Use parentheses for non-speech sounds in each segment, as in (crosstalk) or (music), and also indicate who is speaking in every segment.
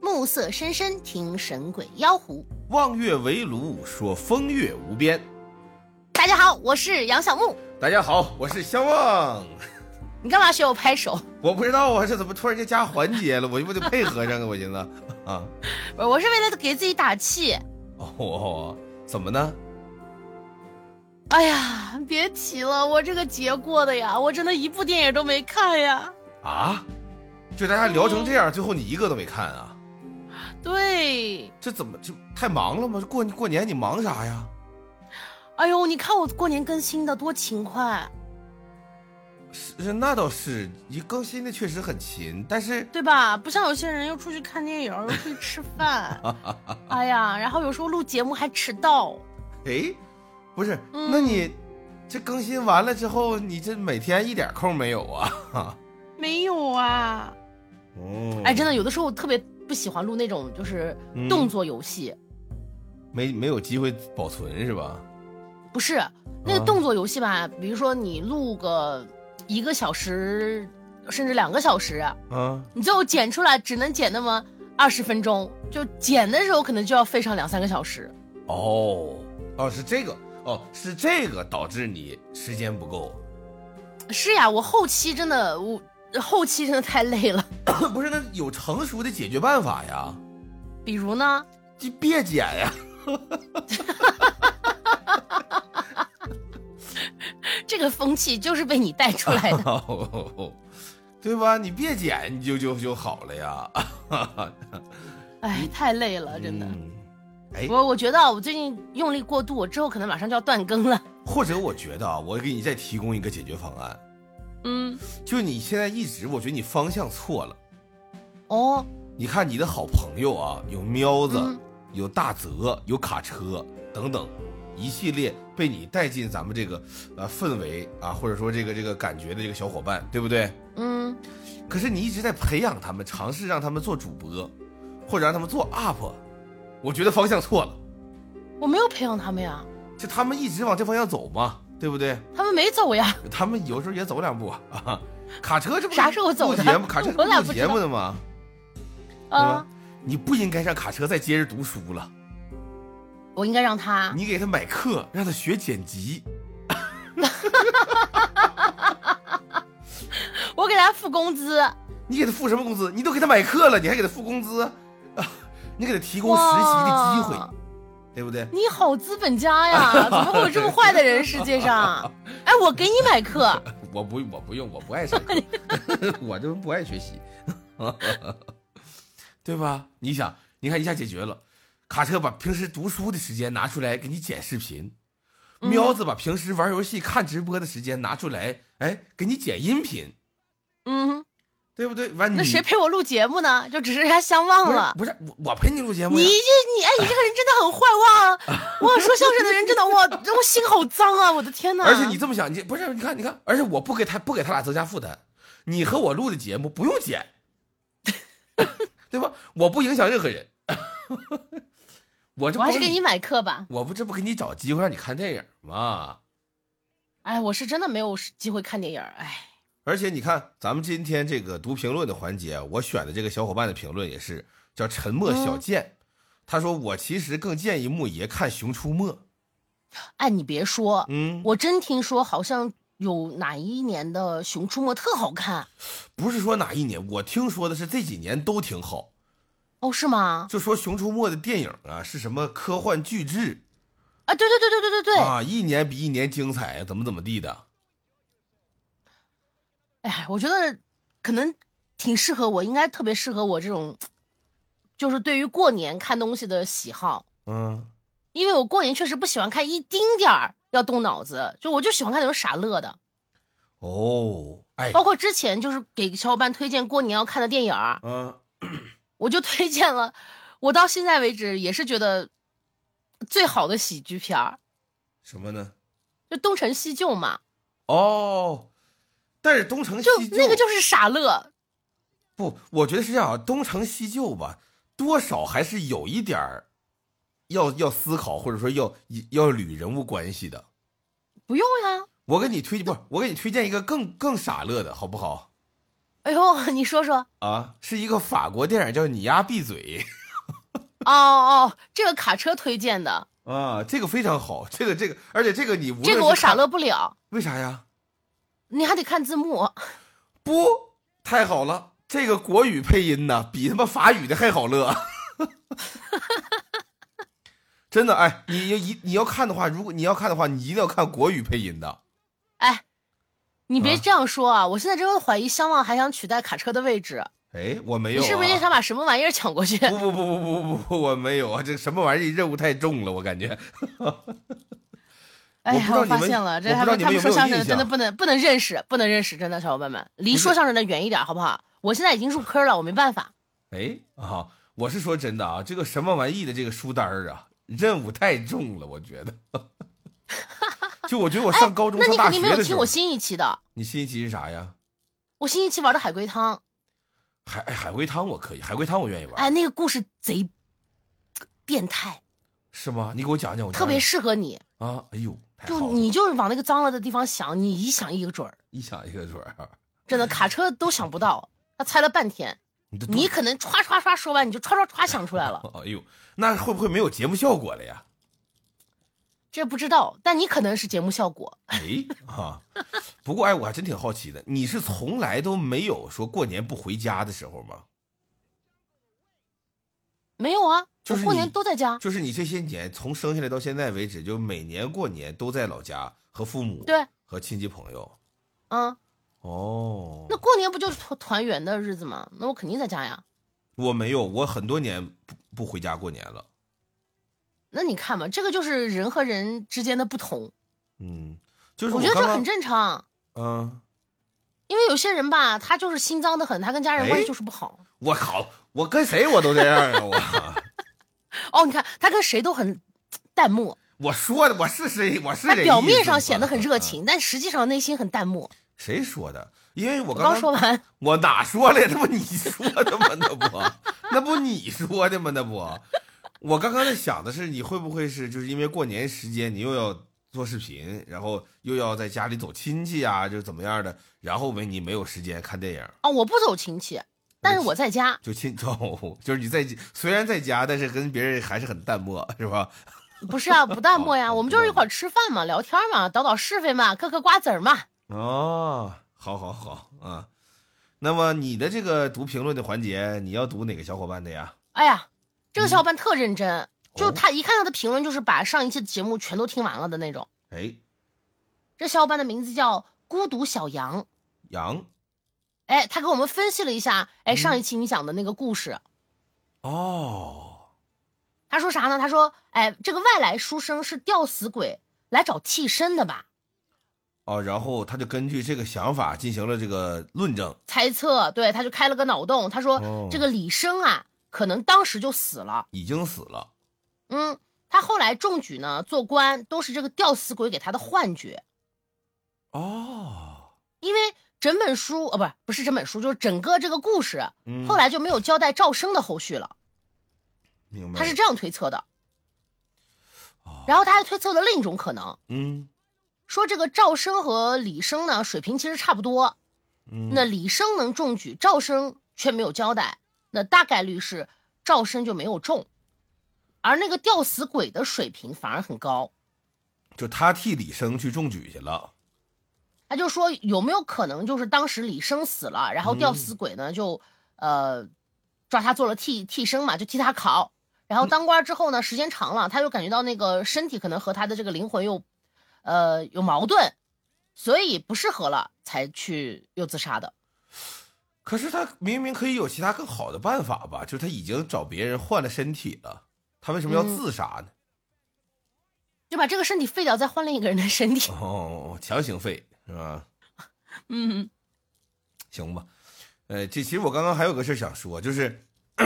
Speaker 1: 暮色深深，听神鬼妖狐。
Speaker 2: 望月为炉，说风月无边。
Speaker 1: 大家好，我是杨小木。
Speaker 2: 大家好，我是相望。
Speaker 1: 你干嘛学我拍手？
Speaker 2: 我不知道啊，这怎么突然间加环节了？我不得配合上啊？我寻思 (laughs) 啊，
Speaker 1: 我我是为了给自己打气。
Speaker 2: 哦，怎么呢？
Speaker 1: 哎呀，别提了，我这个节过的呀，我真的一部电影都没看呀。
Speaker 2: 啊？就大家聊成这样，最后你一个都没看啊？
Speaker 1: 对，
Speaker 2: 这怎么这太忙了吗？过过年你忙啥呀？
Speaker 1: 哎呦，你看我过年更新的多勤快，
Speaker 2: 是那倒是，你更新的确实很勤，但是
Speaker 1: 对吧？不像有些人又出去看电影，又出去吃饭， (laughs) 哎呀，然后有时候录节目还迟到。
Speaker 2: 哎，不是，
Speaker 1: 嗯
Speaker 2: 那你这更新完了之后，你这每天一点空没有啊？
Speaker 1: 没有啊，
Speaker 2: 哦
Speaker 1: 哎，真的，有的时候我特别不喜欢录那种就是
Speaker 2: 嗯
Speaker 1: 动作游戏，
Speaker 2: 没没有机会保存是吧？
Speaker 1: 不是那
Speaker 2: 啊
Speaker 1: 个动作游戏吧？比如说你录个一个小时，甚至两个小时，
Speaker 2: 啊，
Speaker 1: 你最后剪出来只能剪那么二十分钟，就剪的时候可能就要费上两三个小时。
Speaker 2: 哦，哦是这个，哦是这个导致你时间不够，
Speaker 1: 是呀，我后期真的我后期真的太累了。 (laughs)
Speaker 2: 啊 (coughs) 不是？那有成熟的解决办法呀，
Speaker 1: 比如呢，
Speaker 2: 就别剪呀。。
Speaker 1: 这个风气就是被你带出来的
Speaker 2: (laughs) 哦，对吧？你别剪，你就就就好了呀。
Speaker 1: 哎，太累了，真的。
Speaker 2: 嗯哎，
Speaker 1: 我我觉得啊我最近用力过度，我之后可能马上就要断更了。
Speaker 2: 或者我觉得啊，我给你再提供一个解决方案，
Speaker 1: 嗯，
Speaker 2: 就你现在一直，我觉得你方向错了。
Speaker 1: 哦，
Speaker 2: 你看你的好朋友啊，有喵子，
Speaker 1: 嗯
Speaker 2: 有大泽，有卡车等等，一系列被你带进咱们这个呃氛围啊，或者说这个这个感觉的这个小伙伴，对不对？
Speaker 1: 嗯，
Speaker 2: 可是你一直在培养他们，尝试让他们做主播，或者让他们做 UP，我觉得方向错了。
Speaker 1: 我没有培养他们呀，
Speaker 2: 就他们一直往这方向走嘛，对不对？
Speaker 1: 他们没走呀。
Speaker 2: 他们有时候也走两步啊啊。 (laughs) 卡车这不
Speaker 1: 啥时候走
Speaker 2: 录
Speaker 1: 的
Speaker 2: 节目？卡车这不
Speaker 1: 我俩
Speaker 2: 录
Speaker 1: 不
Speaker 2: 节
Speaker 1: 知道
Speaker 2: 目的吗？对吧
Speaker 1: 啊，
Speaker 2: 你不应该让卡车再接着读书了，
Speaker 1: 我应该让他。
Speaker 2: 你给他买课，让他学剪辑。
Speaker 1: 我给他付工资，
Speaker 2: 你给他付什么工资？你都给他买课了，你还给他付工资啊？你给他提供实习的机
Speaker 1: 哇
Speaker 2: 会，对不对？
Speaker 1: 你好资本家呀！怎
Speaker 2: (laughs)
Speaker 1: 么会有这么坏的人？世界上，哎，我给你买课，
Speaker 2: 我不，我不用，我不爱上
Speaker 1: (laughs)
Speaker 2: 课，我就不爱学习， (laughs) 对吧？你想，你看一下解决了，卡车把平时读书的时间拿出来给你剪视频，
Speaker 1: 嗯
Speaker 2: 喵子把平时玩游戏、看直播的时间拿出来，哎，给你剪音频，
Speaker 1: 嗯，
Speaker 2: 对不对？完，
Speaker 1: 那
Speaker 2: 你
Speaker 1: 谁陪我录节目呢？就只是人家相
Speaker 2: 不
Speaker 1: 忘
Speaker 2: 是
Speaker 1: 了。
Speaker 2: 不是我，我陪你录节目
Speaker 1: 你这，
Speaker 2: 呀
Speaker 1: 你哎，你这个人真的很坏
Speaker 2: (laughs)
Speaker 1: 哇！哇，说相声的人真的哇，我心好脏啊！我的天哪！
Speaker 2: 而且你这么想，你不是？你看，你看，而且我不给他不给他俩增加负担，你和我录的节目不用剪，
Speaker 1: (laughs)
Speaker 2: 对吧？我不影响任何
Speaker 1: (laughs)
Speaker 2: 人，我这
Speaker 1: 我还是
Speaker 2: 帮
Speaker 1: 给你，买课吧。
Speaker 2: 我不这不给你找机会让你看电影吗？
Speaker 1: 哎，我是真的没有机会看电影儿，哎，
Speaker 2: 而且你看，咱们今天这个读评论的环节，我选的这个小伙伴的评论也是叫沉默小
Speaker 1: 嗯
Speaker 2: 贱，他说我其实更建议木爷看《熊出没》。
Speaker 1: 哎，你别说，
Speaker 2: 嗯，
Speaker 1: 我真听说好像有哪一年的《熊出没》特好看
Speaker 2: 不是说哪一年，我听说的是这几年都挺好。
Speaker 1: 哦，是吗？
Speaker 2: 就说《熊出没》的电影啊，是什么科幻巨制
Speaker 1: 啊，对对对对对对对，
Speaker 2: 啊，一年比一年精彩，怎么怎么地的。
Speaker 1: 哎，我觉得可能挺适合我，应该特别适合我这种，就是对于过年看东西的喜好，
Speaker 2: 嗯，
Speaker 1: 因为我过年确实不喜欢看一丁点儿要动脑子，就我就喜欢看那种傻乐的，
Speaker 2: 哦，哎，
Speaker 1: 包括之前就是给小伙伴推荐过年要看的电影儿，
Speaker 2: 嗯，
Speaker 1: 我就推荐了，我到现在为止也是觉得最好的喜剧片儿，
Speaker 2: 什么呢？
Speaker 1: 就《东成西就》嘛，
Speaker 2: 哦，但是东成
Speaker 1: 就
Speaker 2: 西就
Speaker 1: 那个就是傻乐，
Speaker 2: 不，我觉得是这样啊，东成西就吧，多少还是有一点儿要要思考，或者说要要捋人物关系的。
Speaker 1: 不用呀，
Speaker 2: 我给你推不是，我给你推荐一个更更傻乐的好不好？
Speaker 1: 哎呦，你说说，
Speaker 2: 啊，是一个法国电影叫《你丫闭嘴
Speaker 1: 哦哦，这个卡车推荐的，》
Speaker 2: 啊，这个非常好，这个这个，而且这个你无论
Speaker 1: 这个
Speaker 2: 是
Speaker 1: 我傻
Speaker 2: 看，
Speaker 1: 乐不了，
Speaker 2: 为啥呀？
Speaker 1: 你还得看字幕。
Speaker 2: 不，太好了，这个国语配音呢，比他妈法语的还好乐。 (laughs) 真的，哎，你一你要看的话，如果你要看的话，你一定要看国语配音的。
Speaker 1: 哎，你别
Speaker 2: 啊
Speaker 1: 这样说啊！我现在真的怀疑相望还想取代卡车的位置，
Speaker 2: 哎，我没有、
Speaker 1: 你
Speaker 2: 啊，
Speaker 1: 是不是也想把什么玩意儿抢过去？
Speaker 2: 不不不不不不不，我没有啊，这什么玩意儿，任务太重了，我感觉。
Speaker 1: 哎
Speaker 2: 我
Speaker 1: 呀
Speaker 2: 不知，道
Speaker 1: 我
Speaker 2: 你
Speaker 1: 发
Speaker 2: 们
Speaker 1: 现了，这
Speaker 2: 我不
Speaker 1: 他
Speaker 2: 知道
Speaker 1: 们
Speaker 2: 你
Speaker 1: 他们
Speaker 2: 们有没
Speaker 1: 说
Speaker 2: 有
Speaker 1: 相声
Speaker 2: 印
Speaker 1: 的真的
Speaker 2: 象
Speaker 1: 不能不能认识，不能认识，真的小伙伴们，离
Speaker 2: 不是
Speaker 1: 说相声的远一点，好不好？我现在已经入坑了，我没办法。
Speaker 2: 哎啊，我是说真的啊，这个什么玩意的这个书单儿啊，任务太重了，我觉得。 (laughs) 就我觉得我上高中、
Speaker 1: 哎那
Speaker 2: 上
Speaker 1: 你
Speaker 2: 大
Speaker 1: 肯定
Speaker 2: 学
Speaker 1: 没有
Speaker 2: 的时
Speaker 1: 听
Speaker 2: 候
Speaker 1: 我，新一期的，
Speaker 2: 你新一期是啥呀？
Speaker 1: 我新一期玩的海龟汤，
Speaker 2: 海哎海龟汤我可以，海龟汤我愿意玩。
Speaker 1: 哎，那个故事贼变态，
Speaker 2: 是吗？你给我讲讲，我
Speaker 1: 特别
Speaker 2: 是
Speaker 1: 适合你，
Speaker 2: 啊，哎呦，太
Speaker 1: 就
Speaker 2: 好了
Speaker 1: 你就是往那个脏了的地方想，你一想一个准儿，
Speaker 2: 一想一个准儿，啊
Speaker 1: 真的
Speaker 2: (laughs)
Speaker 1: 卡车都想不到，他猜了半天。
Speaker 2: 你这
Speaker 1: 你可能歘歘歘说完，你就歘歘歘想出来了，
Speaker 2: (laughs) 哎呦，那会不会没有节目效果了呀？
Speaker 1: 这不知道，但你可能是节目效果。
Speaker 2: 哎啊，不过哎，我还真挺好奇的，你是从来都没有说过年不回家的时候吗？
Speaker 1: 没有啊，
Speaker 2: 就是
Speaker 1: 我过
Speaker 2: 你
Speaker 1: 年都在家。
Speaker 2: 就是你这些年从生下来到现在为止，就每年过年都在老家和父母、
Speaker 1: 对，
Speaker 2: 和亲戚朋友。
Speaker 1: 嗯，
Speaker 2: 哦，
Speaker 1: 那过年不就是团团圆的日子吗？那我肯定在家呀。
Speaker 2: 我没有，我很多年不不回家过年了。
Speaker 1: 那你看吧，这个就是人和人之间的不同，
Speaker 2: 嗯，就是
Speaker 1: 我
Speaker 2: 我
Speaker 1: 觉得
Speaker 2: 刚
Speaker 1: 这
Speaker 2: 刚
Speaker 1: 很正常。
Speaker 2: 嗯，
Speaker 1: 因为有些人吧，他就是心脏的很，他跟家人关系
Speaker 2: 哎
Speaker 1: 就是不好。
Speaker 2: 我靠，我跟谁我都这样啊！
Speaker 1: (laughs)
Speaker 2: 我
Speaker 1: 哦，你看他跟谁都很淡漠，
Speaker 2: 我说的我是谁我是
Speaker 1: 他
Speaker 2: 这
Speaker 1: 表
Speaker 2: 意
Speaker 1: 面
Speaker 2: 思
Speaker 1: 上
Speaker 2: 吗
Speaker 1: 显得很热。
Speaker 2: 嗯
Speaker 1: 情，但实际上内心很淡漠。
Speaker 2: 谁说的？因为我
Speaker 1: 我
Speaker 2: 刚
Speaker 1: 刚说完，
Speaker 2: 我哪说了呀？那不你说的吗？那不，那不你说的吗？那不，我刚刚在想的是，你会不会是就是因为过年时间，你又要做视频，然后又要在家里走亲戚啊，就怎么样的，然后没你没有时间看电影，
Speaker 1: 哦，我不走亲戚，但是我在家，
Speaker 2: 就亲 (laughs) 哦，就是你在虽然在家，但是跟别人还是很淡漠，是吧？
Speaker 1: 不是啊，不淡漠呀，
Speaker 2: 哦
Speaker 1: 我们就是一块儿吃饭嘛，聊天嘛，倒倒是非嘛，嗑嗑瓜子儿嘛。
Speaker 2: 哦，好好好啊。那么你的这个读评论的环节，你要读哪个小伙伴的呀？
Speaker 1: 哎呀，这个小伙伴特认真，就
Speaker 2: 嗯哦
Speaker 1: 他一看他的评论，就是把上一期的节目全都听完了的那种。
Speaker 2: 哎，
Speaker 1: 这小伙伴的名字叫孤独小羊，
Speaker 2: 杨
Speaker 1: 哎，他给我们分析了一下，哎，
Speaker 2: 嗯
Speaker 1: 上一期你讲的那个故事，
Speaker 2: 哦。
Speaker 1: 他说啥呢？他说，哎，这个外来书生是吊死鬼来找替身的吧？
Speaker 2: 哦，然后他就根据这个想法进行了这个论证。
Speaker 1: 猜测，对，他就开了个脑洞，他说、
Speaker 2: 哦
Speaker 1: 这个李生啊，可能当时就死了。
Speaker 2: 已经死了。
Speaker 1: 嗯，他后来中举呢，做官都是这个吊死鬼给他的幻觉，
Speaker 2: 哦，
Speaker 1: 因为整本书呃，不是不是整本书，就是整个这个故事，
Speaker 2: 嗯
Speaker 1: 后来就没有交代赵升的后续了，
Speaker 2: 明白。
Speaker 1: 他是这样推测的。
Speaker 2: 嗯哦
Speaker 1: 然后他还推测了另一种可能，
Speaker 2: 嗯
Speaker 1: 说这个赵升和李生呢水平其实差不多，
Speaker 2: 嗯，
Speaker 1: 那李生能中举，赵升却没有交代，那大概率是赵升就没有中，而那个吊死鬼的水平反而很高。
Speaker 2: 就他替李生去中举去了。
Speaker 1: 他就说有没有可能就是当时李生死了，然后
Speaker 2: 嗯
Speaker 1: 吊死鬼呢就呃抓他做了替替身嘛，就替他考。然后
Speaker 2: 嗯
Speaker 1: 当官之后呢，时间长了，他又感觉到那个身体可能和他的这个灵魂又呃有矛盾，所以不适合了，才去又自杀的。
Speaker 2: 可是他明明可以有其他更好的办法吧？就是他已经找别人换了身体了，他为什么要
Speaker 1: 嗯
Speaker 2: 自杀呢？
Speaker 1: 就把这个身体废掉，再换另一个人的身体。
Speaker 2: 哦，强行废是吧？
Speaker 1: 嗯，
Speaker 2: 行吧，呃，这其实我刚刚还有个事儿想说，就是 (clears throat)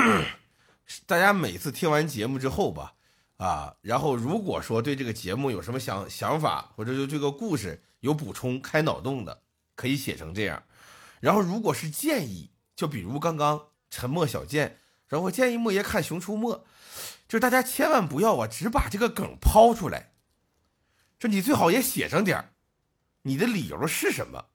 Speaker 2: 大家每次听完节目之后吧，啊，然后如果说对这个节目有什么想想法，或者就这个故事有补充、开脑洞的，可以写成这样。然后如果是建议，就比如刚刚沉默小贱，然后我建议莫爷看《熊出没》，就是大家千万不要啊，只把这个梗抛出来，就你最好也写上点儿，你的理由是什么？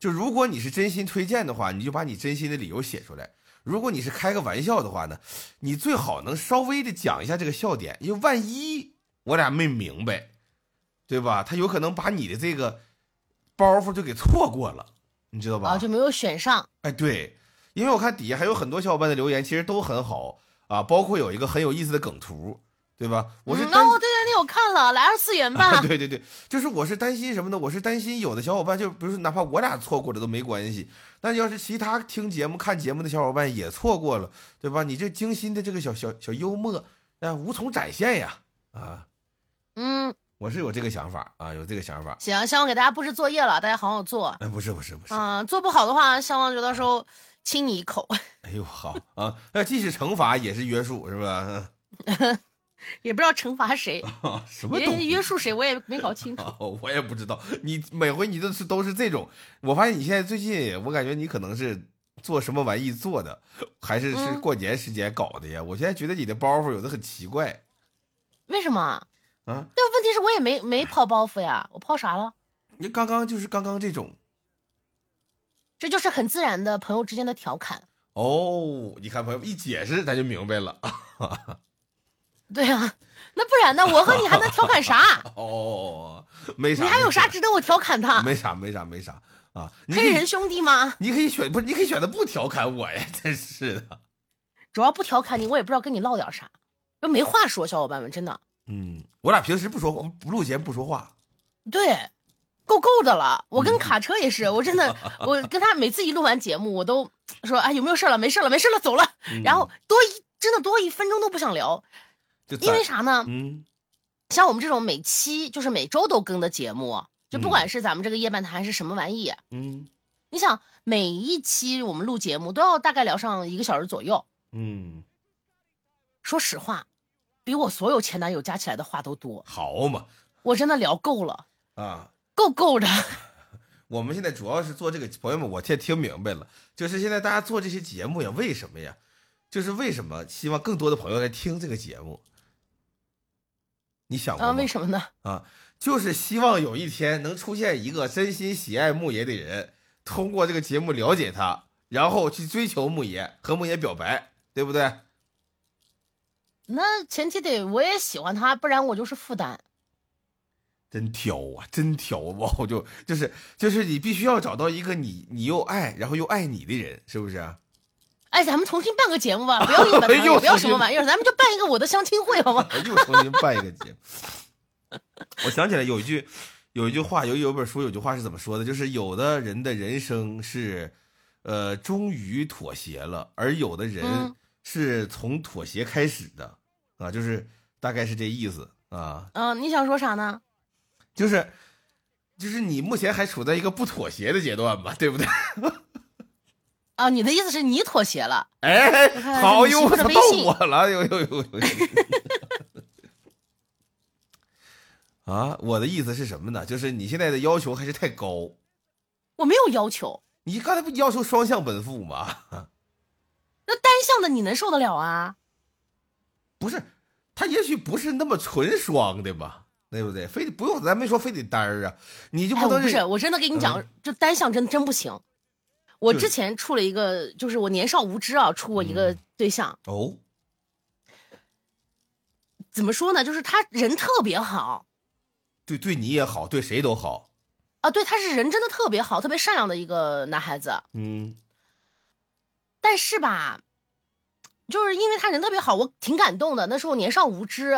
Speaker 2: 就如果你是真心推荐的话，你就把你真心的理由写出来；如果你是开个玩笑的话呢，你最好能稍微的讲一下这个笑点，因为万一我俩没明白，对吧？他有可能把你的这个包袱就给错过了，你知道吧？
Speaker 1: 啊，就没有选上。
Speaker 2: 哎，对，因为我看底下还有很多小伙伴的留言，其实都很好啊，包括有一个很有意思的梗图，对吧？我是
Speaker 1: 嗯
Speaker 2: 担
Speaker 1: 哦，对对对，我看了，来二次元吧。
Speaker 2: 啊，对对对，就是我是担心什么呢？我是担心有的小伙伴，就比如说哪怕我俩错过了都没关系，那要是其他听节目、看节目的小伙伴也错过了，对吧？你这精心的这个小小小幽默，那、无从展现呀！啊，
Speaker 1: 嗯，
Speaker 2: 我是有这个想法啊，有这个想法。
Speaker 1: 行，向往给大家布置作业了，大家好好做。
Speaker 2: 哎，不是不是不是，
Speaker 1: 嗯、做不好的话，向往就到时候亲你一口， (laughs)
Speaker 2: 哎呦好啊，那即使惩罚也是约束，是吧？ (laughs)
Speaker 1: 也不知道惩罚谁，
Speaker 2: 啊、什么东
Speaker 1: 约
Speaker 2: 西？
Speaker 1: 约束谁，我也没搞清楚。
Speaker 2: (laughs) 啊，我也不知道，你每回你都是都是这种。我发现你现在最近，我感觉你可能是做什么玩意做的，还是是
Speaker 1: 嗯
Speaker 2: 过年时间搞的呀？我现在觉得你的包袱有的很奇怪
Speaker 1: 为什么？
Speaker 2: 啊！
Speaker 1: 但问题是我也没没抛包袱呀，我抛啥了？
Speaker 2: 你刚刚就是刚刚这种
Speaker 1: 这就是很自然的朋友之间的调侃。
Speaker 2: 哦，你看朋友一解释，咱就明白了。
Speaker 1: 对啊，那不然呢？我和你还能调侃
Speaker 2: (laughs)
Speaker 1: 啥？
Speaker 2: 哦，没
Speaker 1: 你
Speaker 2: 啥，
Speaker 1: 还有
Speaker 2: 没
Speaker 1: 啥值得我调侃他？
Speaker 2: 没啥，没啥，没啥啊！你可
Speaker 1: 黑
Speaker 2: 以
Speaker 1: 人兄弟吗？
Speaker 2: 你可以选不是？你可以选择不调侃我呀，真是的。
Speaker 1: 主要不调侃你，我也不知道跟你唠点啥，就没话说，小伙伴们，真的。
Speaker 2: 嗯，我俩平时不说话，不录节目不说话。
Speaker 1: 对，够够的了。我跟卡车也是，我真的，我跟他每次一录完节目，我都说，哎，有没有事儿了？没事儿了，没事儿了，走了。
Speaker 2: 嗯
Speaker 1: 然后多一真的多一分钟都不想聊，
Speaker 2: 就
Speaker 1: 因为
Speaker 2: 咱
Speaker 1: 啥呢？
Speaker 2: 嗯
Speaker 1: 像我们这种每期就是每周都更的节目，就不
Speaker 2: 嗯
Speaker 1: 管是咱们这个夜半谈是什么玩意，
Speaker 2: 嗯
Speaker 1: 你想每一期我们录节目都要大概聊上一个小时左右。
Speaker 2: 嗯，
Speaker 1: 说实话，比我所有前男友加起来的话都多，
Speaker 2: 好嘛
Speaker 1: 我真的聊够了，
Speaker 2: 啊！
Speaker 1: 够够
Speaker 2: (laughs)
Speaker 1: 的。
Speaker 2: 我们现在主要是做这个，朋友们，我现在听明白了，就是现在大家做这些节目呀，为什么呀？就是为什么希望更多的朋友来听这个节目？你想过
Speaker 1: 啊，
Speaker 2: 吗
Speaker 1: 为？什么呢？
Speaker 2: 啊，就是希望有一天能出现一个真心喜爱牧野的人，通过这个节目了解他，然后去追求牧野，和牧野表白，对不对？
Speaker 1: 那前提得我也喜欢他，不然我就是负担。
Speaker 2: 真挑啊，真挑啊！我就就是就是你必须要找到一个你你又爱，然后又爱你的人，是不是啊？
Speaker 1: 哎，咱们重新办个节目吧，不要一百
Speaker 2: (laughs) 又
Speaker 1: 不要什
Speaker 2: 重新
Speaker 1: 么玩意儿，咱们就办一个我的相亲会好吗？ (laughs)
Speaker 2: 哎又重新办一个节目。我想起来有一句，有一句话，有有本书有句话是怎么说的？就是有的人的人生是，呃，终于妥协了，而有的人
Speaker 1: 嗯
Speaker 2: 是从妥协开始的，啊，就是大概是这意思啊，
Speaker 1: 嗯、你想说啥呢？
Speaker 2: 就是，就是你目前还处在一个不妥协的阶段吧，对不对？
Speaker 1: 啊，你的意思是你妥协了？ (laughs)
Speaker 2: 哎
Speaker 1: 我看，看
Speaker 2: 好
Speaker 1: 这
Speaker 2: 呦，
Speaker 1: 个媳妇的
Speaker 2: 我操，
Speaker 1: 微
Speaker 2: 到
Speaker 1: 信
Speaker 2: 我了，哎呦呦呦呦！呦 (laughs) 啊，我的意思是什么呢？就是你现在的要求还是太高。
Speaker 1: 我没有要求，
Speaker 2: 你刚才不要求双向奔赴吗？
Speaker 1: 那单向的你能受得了啊？
Speaker 2: 不是，他也许不是那么纯双的吧，对不对？非得不用，咱没说非得单儿啊，你就
Speaker 1: 哎，
Speaker 2: 不
Speaker 1: 我
Speaker 2: 能
Speaker 1: 不是，
Speaker 2: 忍
Speaker 1: 我真的跟你讲
Speaker 2: 嗯，
Speaker 1: 这单向真真不行。我
Speaker 2: 对嗯
Speaker 1: 之前处了一个，就是我年少无知啊，处过一个对象，
Speaker 2: 哦，
Speaker 1: 怎么说呢？就是他人特别好
Speaker 2: 对对你也好，对谁都好。
Speaker 1: 啊，对，他是人真的特别好，特别善良的一个男孩子。
Speaker 2: 嗯
Speaker 1: 但是吧，就是因为他人特别好，我挺感动的。那时候年少无知，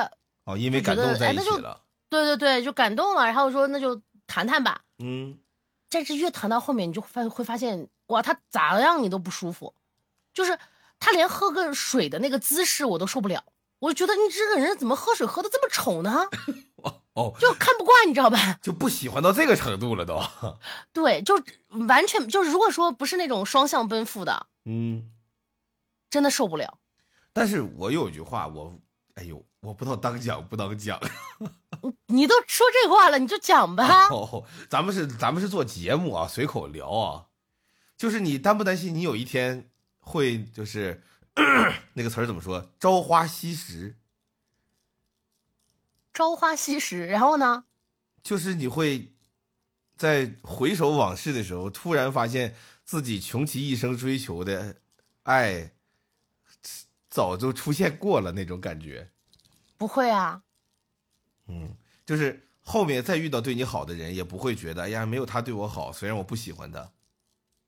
Speaker 2: 哦，因为
Speaker 1: 我觉
Speaker 2: 感
Speaker 1: 得
Speaker 2: 动在
Speaker 1: 哎
Speaker 2: 一
Speaker 1: 那
Speaker 2: 起
Speaker 1: 就
Speaker 2: 了。
Speaker 1: 对对对，就感动了。然后说那就谈谈吧。
Speaker 2: 嗯，
Speaker 1: 但是越谈到后面，你就发会发现，哇，他咋样你都不舒服，就是他连喝个水的那个姿势我都受不了。我觉得你这个人怎么喝水喝的这么丑呢？
Speaker 2: 哦，
Speaker 1: 就看不惯，你知道吧？ (laughs)
Speaker 2: 就不喜欢到这个程度了都。
Speaker 1: 对，就完全就是，如果说不是那种双向奔赴的，
Speaker 2: 嗯。
Speaker 1: 真的受不了。
Speaker 2: 但是我有一句话，我哎呦，我不知道当讲不当讲。
Speaker 1: 你都说这话了，你就讲吧。
Speaker 2: 哦，咱们是咱们是做节目啊，随口聊啊。就是你担不担心你有一天会就是 (coughs) 那个词儿怎么说？朝花夕拾，
Speaker 1: 朝花夕拾，然后呢？
Speaker 2: 就是你会在回首往事的时候，突然发现自己穷其一生追求的爱，早就出现过了那种感觉。
Speaker 1: 不会啊，
Speaker 2: 嗯，就是后面再遇到对你好的人，也不会觉得哎呀没有他对我好，虽然我不喜欢他。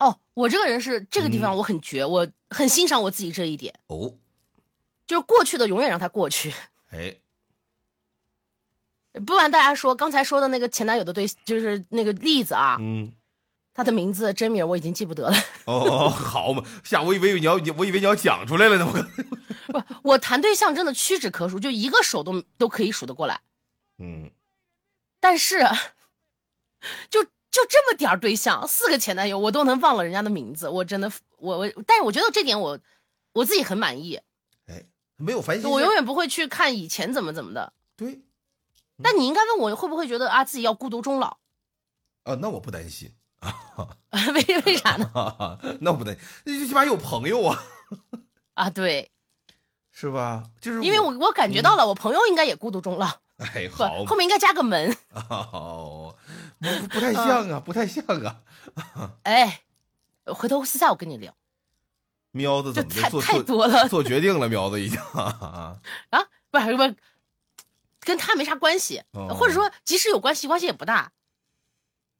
Speaker 1: 哦，我这个人是这个地方我很绝，我很欣赏我自己这一点，
Speaker 2: 哦，
Speaker 1: 就是过去的永远让它过去。
Speaker 2: 哎，
Speaker 1: 不瞒大家说，刚才说的那个前男友的对，就是那个例子啊，
Speaker 2: 嗯，
Speaker 1: 他的名字真名我已经记不得了。 (laughs)
Speaker 2: 哦，好嘛，吓我以为你要，我以为你要讲出来了呢。我，
Speaker 1: 不，我谈对象真的屈指可数，就一个手都都可以数得过来。
Speaker 2: (laughs) 嗯，
Speaker 1: 但是，啊就就这么点儿对象，四个前男友，我都能忘了人家的名字，我真的，我我，但是我觉得这点我我自己很满意，
Speaker 2: 哎，没有烦心事。
Speaker 1: 我永远不会去看以前怎么怎么的。
Speaker 2: 对嗯
Speaker 1: 但你应该问我会不会觉得啊自己要孤独终老？ (laughs)
Speaker 2: 啊，那我不担心，
Speaker 1: 为为啥呢？
Speaker 2: 那我不担心，那最起码有朋友啊，
Speaker 1: 啊，对，
Speaker 2: 是吧？就是
Speaker 1: 因为我我感觉到了，我朋友应该也孤独终老，
Speaker 2: 哎，
Speaker 1: 不
Speaker 2: 嗯好，
Speaker 1: 后面应该加个门。
Speaker 2: 哦，不不太像啊，不太像啊。
Speaker 1: 哎，回头私下我跟你聊
Speaker 2: 喵子怎么
Speaker 1: 这太
Speaker 2: 做
Speaker 1: 太
Speaker 2: 做
Speaker 1: 多了
Speaker 2: 做决定了？喵子已经，
Speaker 1: 啊，不是不是，跟他没啥关系，
Speaker 2: 哦
Speaker 1: 或者说即使有关系，关系也不大，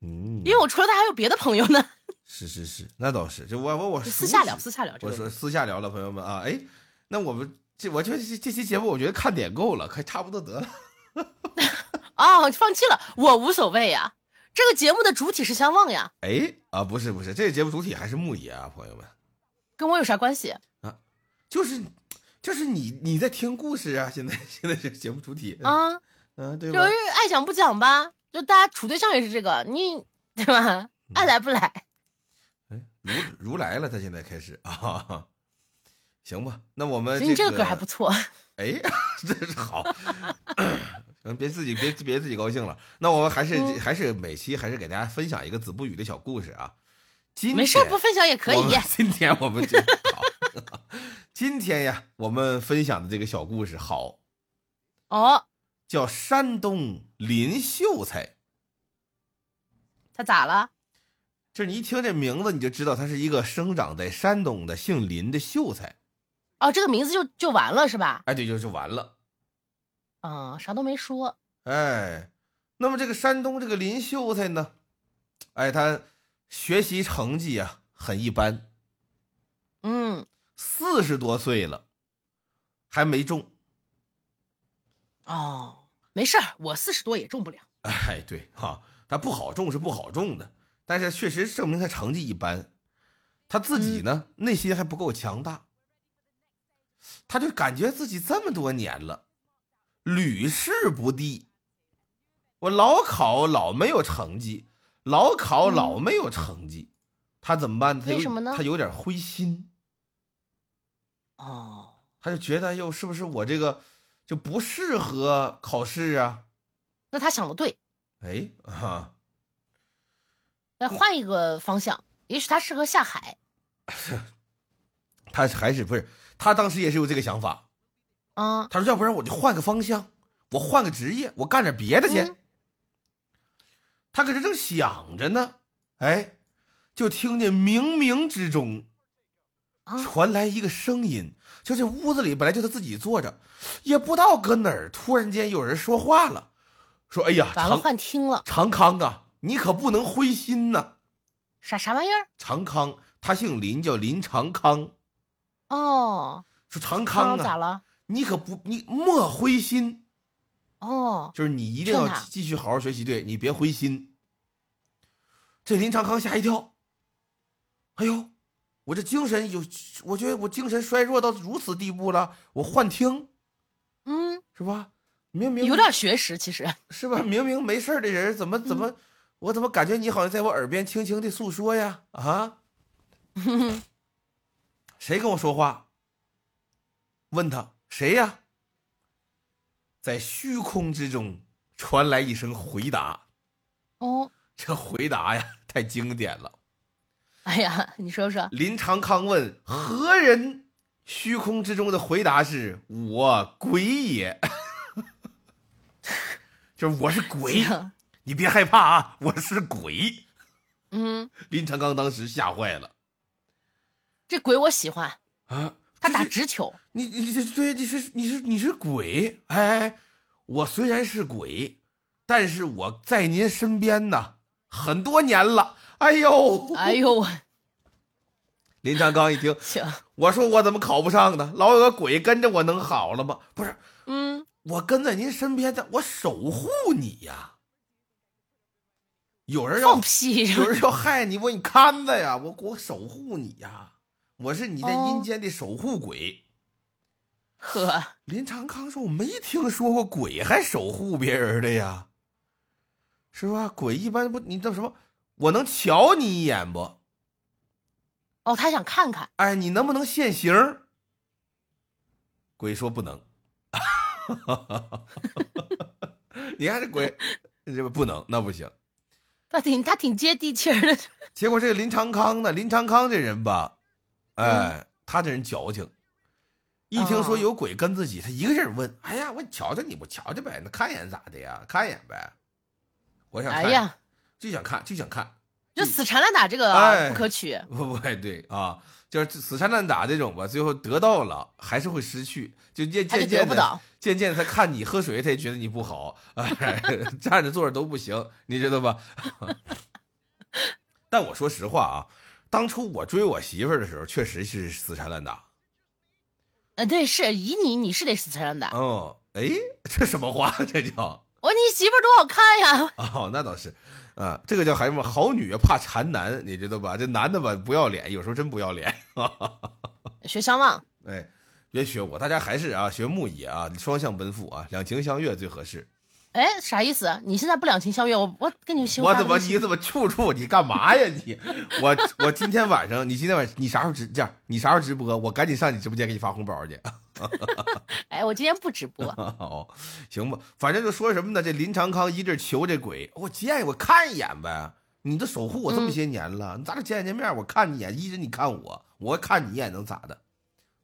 Speaker 2: 嗯，
Speaker 1: 因为我除了他还有别的朋友呢。
Speaker 2: 是是是，那倒是，就我我我
Speaker 1: 就私
Speaker 2: (laughs)
Speaker 1: 下聊，
Speaker 2: 熟悉
Speaker 1: 私下聊啊这
Speaker 2: 嗯我
Speaker 1: 个
Speaker 2: 说
Speaker 1: 问题。
Speaker 2: 私下聊了，朋友们啊，哎，那我们这我觉得这这期节目，我觉得看点够了，快差不多得了。
Speaker 1: 哦，放弃了，我无所谓呀。这个节目的主体是相望呀，
Speaker 2: 哎啊，不是不是，这个节目主体还是牧野啊，朋友们，
Speaker 1: 跟我有啥关系
Speaker 2: 就是就是你你在听故事啊，现在现在这个节目主体，
Speaker 1: 啊？
Speaker 2: 嗯、对吧
Speaker 1: 就是？爱讲不讲吧，就大家处对象也是这个，你对吧？
Speaker 2: 嗯
Speaker 1: 爱来不来？
Speaker 2: 哎如如来了，他现在开始啊， (laughs) 行吧，那我们
Speaker 1: 所以你
Speaker 2: 呃这
Speaker 1: 这个歌还不错，
Speaker 2: 哎， (laughs) 这是好，嗯别自己别别自己高兴了。那我们还是、
Speaker 1: 嗯
Speaker 2: 还是每期还是给大家分享一个子不语的小故事啊。今
Speaker 1: 没事
Speaker 2: 天
Speaker 1: 不分享也可以
Speaker 2: 我。们今天我们 (laughs) 这好，今天呀，我们分享的这个小故事好，
Speaker 1: 哦，
Speaker 2: 叫山东林秀才。
Speaker 1: 他咋了？
Speaker 2: 这你一听这名字，你就知道他是一个生长在山东的姓林的秀才。
Speaker 1: 哦，这个名字就就完了是吧？
Speaker 2: 哎，对，就就完了。
Speaker 1: 嗯，啥都没说。
Speaker 2: 哎，那么这个山东这个林秀才呢，哎，他学习成绩啊很一般，
Speaker 1: 嗯，
Speaker 2: 四十多岁了还没中。
Speaker 1: 哦，没事儿，我四十多也中不了。
Speaker 2: (laughs) 哎，对哈、他不好中是不好中的，但是确实证明他成绩一般。他自
Speaker 1: 嗯
Speaker 2: 己呢，内心还不够强大，他就感觉自己这么多年了，屡试不第，我老考老没有成绩，老考老没有成绩，他怎么办？他
Speaker 1: 嗯
Speaker 2: 有
Speaker 1: 为什么呢
Speaker 2: 他有点灰心。
Speaker 1: 哦，
Speaker 2: 他就觉得哟，是不是我这个就不适合考试啊？
Speaker 1: 那他想的对，
Speaker 2: 哎啊，
Speaker 1: 那换一个方向，也许他适合下海。
Speaker 2: 他还是不是？他当时也是有这个想法，
Speaker 1: 嗯，
Speaker 2: 他说要不然我就换个方向，我换个职业，我干点别的去。
Speaker 1: 嗯
Speaker 2: 他可是正想着呢，哎，就听见冥冥之中
Speaker 1: 啊
Speaker 2: (sniffs) 传来一个声音，就这屋子里本来就他自己坐着，也不知道搁哪儿，突然间有人说话了，说：“哎呀，
Speaker 1: 完了，
Speaker 2: 长
Speaker 1: 换听了，
Speaker 2: 长康啊，你可不能灰心呐、
Speaker 1: 啥啥玩意儿？
Speaker 2: 长康，他姓林，叫林长康。
Speaker 1: 哦，
Speaker 2: 说长
Speaker 1: 刚
Speaker 2: 康
Speaker 1: 刚咋
Speaker 2: 啊，
Speaker 1: 了？
Speaker 2: 你可不，你莫灰心，
Speaker 1: 哦，
Speaker 2: 就是你一定要
Speaker 1: 劝他
Speaker 2: 继续好好学习，对你别灰心。这林长康吓一跳，哎呦，我这精神有，我觉得我精神衰弱到如此地步了，我幻听
Speaker 1: 嗯，
Speaker 2: 是吧？明明
Speaker 1: 有点学识，其实。
Speaker 2: 是吧？明明没事儿的人，怎么怎么，我怎么感觉你好像在我耳边轻轻的诉说呀？啊，谁跟我说话？问他谁呀？在虚空之中传来一声回答，
Speaker 1: 哦，
Speaker 2: 这回答呀太经典了。
Speaker 1: 哎呀，你说说，
Speaker 2: 林长康问何人？虚空之中的回答是
Speaker 1: (laughs)
Speaker 2: (laughs) 我鬼也，就是我是鬼。
Speaker 1: 行
Speaker 2: 你别害怕啊，我是鬼。
Speaker 1: 嗯，
Speaker 2: 林长刚当时吓坏了
Speaker 1: 这鬼我喜欢，
Speaker 2: 啊，
Speaker 1: 他打
Speaker 2: 这是
Speaker 1: 直球，
Speaker 2: 你你这对你是你是你是鬼哎，我虽然是鬼，但是我在您身边呢很多年了。哎呦，
Speaker 1: 哎呦我
Speaker 2: 林长刚一听，
Speaker 1: 行，
Speaker 2: 我说我怎么考不上呢？老有个鬼跟着我能好了吗？不是，
Speaker 1: 嗯，
Speaker 2: 我跟在您身边的，我守护你呀。有人要
Speaker 1: 放屁是
Speaker 2: (laughs) 有
Speaker 1: 吧？
Speaker 2: 人要害你，我你看着呀，我我守护你呀，我是你在阴间的守护鬼。
Speaker 1: 呵，
Speaker 2: 林长康说：“我没听说过鬼还守护别人的呀，是吧？鬼一般不，你叫什么？我能瞧你一眼不？
Speaker 1: 哦，他想看看，
Speaker 2: 哎，你能不能现形？”鬼说：“不能。”你看这鬼，这不能，那不行。
Speaker 1: 他挺他挺接地气儿的，
Speaker 2: 结果这个林长康呢，林长康这人吧，哎，
Speaker 1: 嗯
Speaker 2: 他这人矫情，一听说
Speaker 1: 哦
Speaker 2: 有鬼跟自己，他一个劲儿问：“哎呀，我瞧瞧你，我瞧瞧呗，那看一眼咋的呀？看一眼呗，我想看，
Speaker 1: 哎呀，
Speaker 2: 就想看，就想看。” (laughs)
Speaker 1: 这死缠烂打这个
Speaker 2: 嗯哎
Speaker 1: 啊不可取，
Speaker 2: 不不，对啊，就是死缠烂打这种吧，最后得到了还是会失去，就渐
Speaker 1: 他就
Speaker 2: 渐
Speaker 1: 得
Speaker 2: 渐
Speaker 1: 不
Speaker 2: 的，
Speaker 1: 到，
Speaker 2: 渐渐地他看你喝水，他也觉得你不好， (laughs) 哎，站着坐着都不行，你知道吧？ (laughs) 但我说实话啊，当初我追我媳妇儿的时候，确实是死缠烂打。
Speaker 1: 呃，对，是以你你是得死缠烂打，
Speaker 2: 嗯，哎，这什么话？ (laughs) 这叫
Speaker 1: 我说你媳妇儿多好看呀，
Speaker 2: 哦，那倒是，啊，这个叫什么？好女怕缠男，你知道吧？这男的吧不要脸，有时候真不要脸。
Speaker 1: 学相望，
Speaker 2: 哎，别学我，大家还是啊学木野啊，双向奔赴啊，两情相悦最合适。
Speaker 1: 哎，啥意思？你现在不两情相悦，我我跟你媳妇
Speaker 2: 我
Speaker 1: 发
Speaker 2: 怎么
Speaker 1: 微信
Speaker 2: 你怎么处处你干嘛呀你？我我今天晚上你今天晚你啥时候直这样？你啥时候直播？我赶紧上你直播间给你发红包去。，
Speaker 1: 哎，我今天不直播
Speaker 2: 哦，行吧，反正就说什么呢？这林长康一阵求这鬼，我见我看一眼呗。你都守护我这么些年了，咱俩见见面，我看你一眼，一直你看我，我看你一眼能咋的？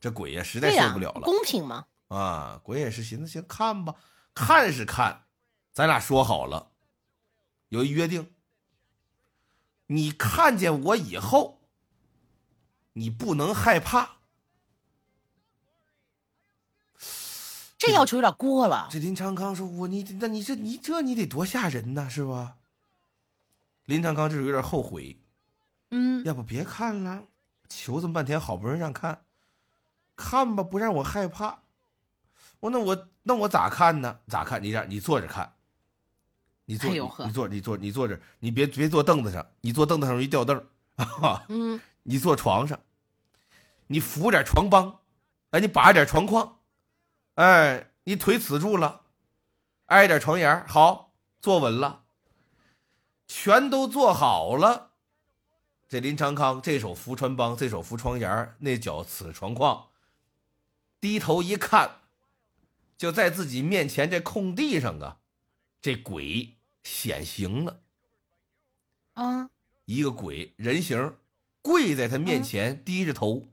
Speaker 2: 这鬼呀，实在
Speaker 1: 对
Speaker 2: 受
Speaker 1: 呀、
Speaker 2: 不了了。
Speaker 1: 公平嘛，
Speaker 2: 啊，鬼也是寻思行看吧，看是看，咱俩说好了，有一约定，你看见我以后，你不能害怕。
Speaker 1: 这要求有点过了。
Speaker 2: 这林长康说：“我你那你这你这你得多吓人呐，是吧？”林长康这时候有点后悔，
Speaker 1: 嗯，
Speaker 2: 要不别看了，求这么半天，好不容易让看，看吧，不让我害怕。我那我那我咋看呢？咋看？你让你坐着看，你坐、
Speaker 1: 哎呦呵
Speaker 2: 你坐你坐你坐着，你别别坐凳子上，你坐凳子上容易掉凳儿 (laughs)
Speaker 1: 嗯，
Speaker 2: 你坐床上，你扶点床帮，哎，你把点床框，哎，你腿死住了，挨点床沿儿好，坐稳了，全都做好了。这林长康这手扶穿帮，这手扶床沿儿那脚死床框，低头一看，就在自己面前这空地上啊，这鬼显形了。
Speaker 1: 啊，
Speaker 2: 一个鬼人形儿跪在他面前，低着头。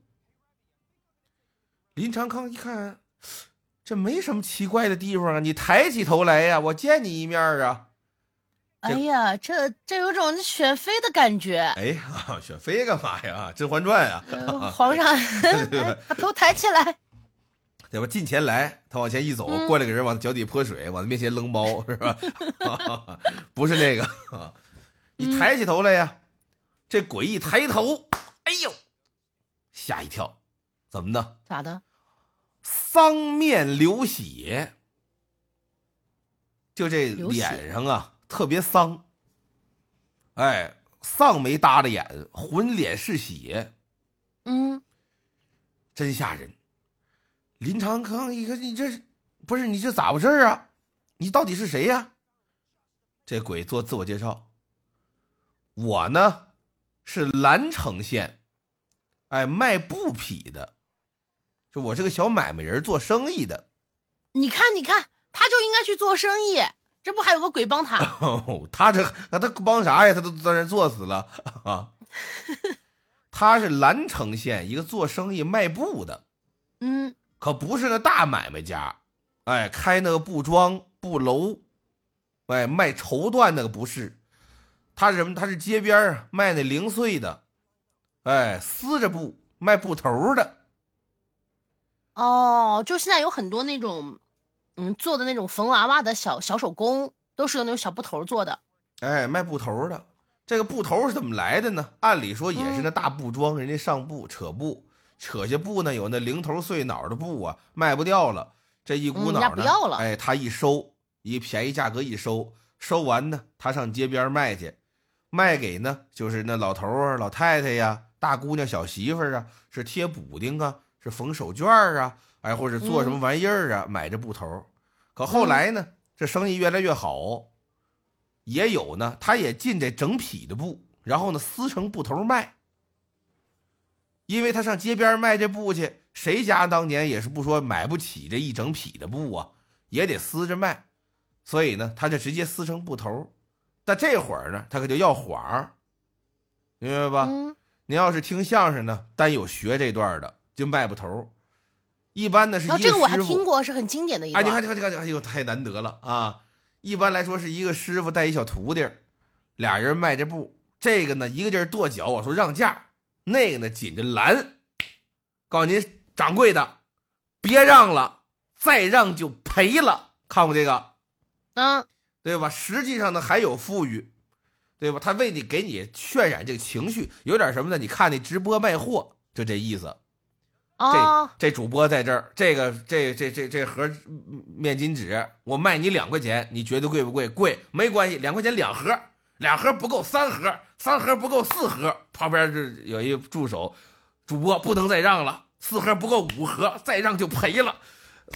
Speaker 2: 林长康一看，这没什么奇怪的地方啊，你抬起头来呀、我见你一面儿啊。
Speaker 1: 哎呀，这这有种选妃的感觉。
Speaker 2: 哎呀，选妃干嘛呀？《甄嬛传》啊，
Speaker 1: 呃皇
Speaker 2: (laughs)
Speaker 1: 上，哎把头抬起来，
Speaker 2: 对吧？近前来，他往前一走，过来个人往他脚底泼水，往他面前扔包，是吧？ (laughs) 不是那个，你抬起头来呀！这鬼一抬头，哎呦，吓一跳，怎么呢？
Speaker 1: 咋的？
Speaker 2: 桑面流血，就这
Speaker 1: 流血
Speaker 2: 脸上啊特别丧，哎，丧眉耷拉眼，浑脸是血，
Speaker 1: 嗯，
Speaker 2: 真吓人。林长康一看，你这是不是你这咋回事儿啊？你到底是谁呀、这鬼做自我介绍，我呢是蓝城县，哎，卖布匹的，就我这个小买卖人做生意的。
Speaker 1: 你看，你看，他就应该去做生意，这不还有个鬼帮
Speaker 2: (laughs)
Speaker 1: 他？
Speaker 2: 哦，他这那他帮啥呀？他都在那作死了啊！他是蓝城县一个做生意卖布的，
Speaker 1: 嗯，
Speaker 2: 可不是那大买卖家，哎，开那个布庄、布楼，哎，卖绸缎那个不是，他是什么？他是街边儿啊卖那零碎的，哎，撕着布卖布头儿的。
Speaker 1: 哦，就现在有很多那种，嗯，做的那种缝娃娃的小小手工，都是用那种小布头做的。
Speaker 2: 哎，卖布头的，这个布头是怎么来的呢？按理说也是那大布庄，人家上布扯布，扯下布呢，有那零头碎脑的布啊，卖不掉了，这一股
Speaker 1: 嗯
Speaker 2: 脑
Speaker 1: 人家
Speaker 2: 呢，
Speaker 1: 不要了
Speaker 2: 哎，他一收，以便宜价格一收，收完呢，他上街边卖去，卖给呢就是那老头儿啊、老太太呀、大姑娘、小媳妇儿啊，是贴补丁啊，是缝手绢儿啊，哎，或者做什么玩意儿啊，买这布头儿。可后来呢，这生意越来越好，也有呢，他也进这整匹的布，然后呢撕成布头卖。因为他上街边卖这布去，谁家当年也是不说买不起这一整匹的布啊，也得撕着卖，所以呢，他就直接撕成布头。但这会儿呢，他可就要谎儿，明白吧？
Speaker 1: 嗯，
Speaker 2: 您要是听相声呢，单有学这段的就卖不头，一般呢是一
Speaker 1: 然哦后这
Speaker 2: 个
Speaker 1: 个我还
Speaker 2: 师傅
Speaker 1: 听过，是很经典的一
Speaker 2: 哎，
Speaker 1: 段。
Speaker 2: 你看，你看，你看，你看哎呦，太难得了啊！一般来说是一个师傅带一小徒弟儿，俩人迈着步，这个呢一个劲儿跺脚，我说让价，那个呢紧着拦，告诉您掌柜的，别让了，再让就赔了。看过这个
Speaker 1: 嗯，
Speaker 2: 对吧？实际上呢还有富裕，对吧？他为你给你渲染这个情绪，有点什么呢？你看那直播卖货，就这意思。这
Speaker 1: 哦，
Speaker 2: 这主播在这儿，这个这这这这盒嗯面巾纸，我卖你两块钱，你觉得贵不贵？贵没关系，两块钱两盒，两盒不够三盒，三盒不够四盒。旁边这有一助手，主播不能再让了，四盒不够五盒，再让就赔了，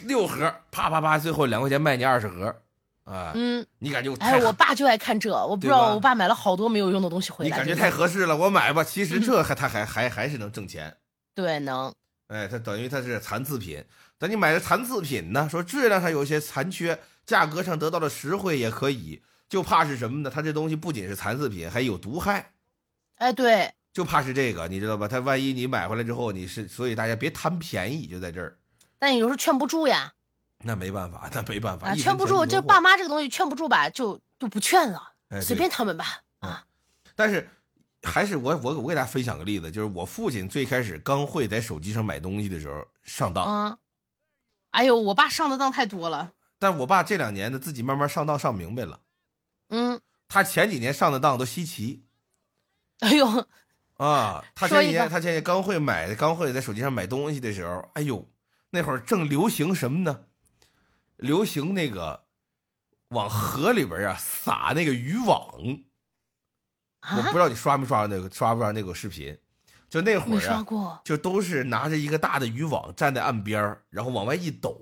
Speaker 2: 六盒，啪啪啪，最后两块钱卖你二十盒，啊，
Speaker 1: 嗯，
Speaker 2: 你感觉
Speaker 1: 哎
Speaker 2: 太，
Speaker 1: 我爸就爱看这，我不知
Speaker 2: 对吧
Speaker 1: 道我爸买了好多没有用的东西回
Speaker 2: 你
Speaker 1: 来。
Speaker 2: 感觉
Speaker 1: 真
Speaker 2: 太
Speaker 1: 的
Speaker 2: 合适了，我买吧。其
Speaker 1: 嗯
Speaker 2: 实这还他还还还是能挣钱。
Speaker 1: 对能，
Speaker 2: 哎，它等于它是残次品。等你买了残次品呢，说质量上有一些残缺，价格上得到了实惠也可以，就怕是什么呢？它这东西不仅是残次品，还有毒害，
Speaker 1: 哎对，
Speaker 2: 就怕是这个，你知道吧？它万一你买回来之后，你是所以大家别贪便宜，就在这儿。
Speaker 1: 但有时候劝不住呀，
Speaker 2: 那没办法，那没办法，
Speaker 1: 啊，
Speaker 2: 一分
Speaker 1: 劝不
Speaker 2: 钱
Speaker 1: 住，
Speaker 2: 多
Speaker 1: 这
Speaker 2: 货
Speaker 1: 爸妈这个东西劝不住吧，就就不劝了，
Speaker 2: 哎
Speaker 1: 随
Speaker 2: 对
Speaker 1: 便他们吧。
Speaker 2: 但是还是我我我给大家分享个例子，就是我父亲最开始刚会在手机上买东西的时候上当，
Speaker 1: 嗯，哎呦，我爸上的当太多了。
Speaker 2: 但我爸这两年呢自己慢慢上当上明白了，
Speaker 1: 嗯，
Speaker 2: 他前几年上的当都稀奇。
Speaker 1: 哎呦，
Speaker 2: 啊，他
Speaker 1: 说
Speaker 2: 前
Speaker 1: 一
Speaker 2: 几年
Speaker 1: 个
Speaker 2: 他前几年刚会买，刚会在手机上买东西的时候，哎呦，那会儿正流行什么呢？流行那个往河里边啊撒那个渔网，我不
Speaker 1: 啊
Speaker 2: 知，道你刷没刷到那个刷不刷那个视频，就那会
Speaker 1: 没
Speaker 2: 儿
Speaker 1: 刷
Speaker 2: 啊，
Speaker 1: 过。
Speaker 2: 就都是拿着一个大的渔网站在岸边儿然后往外一抖，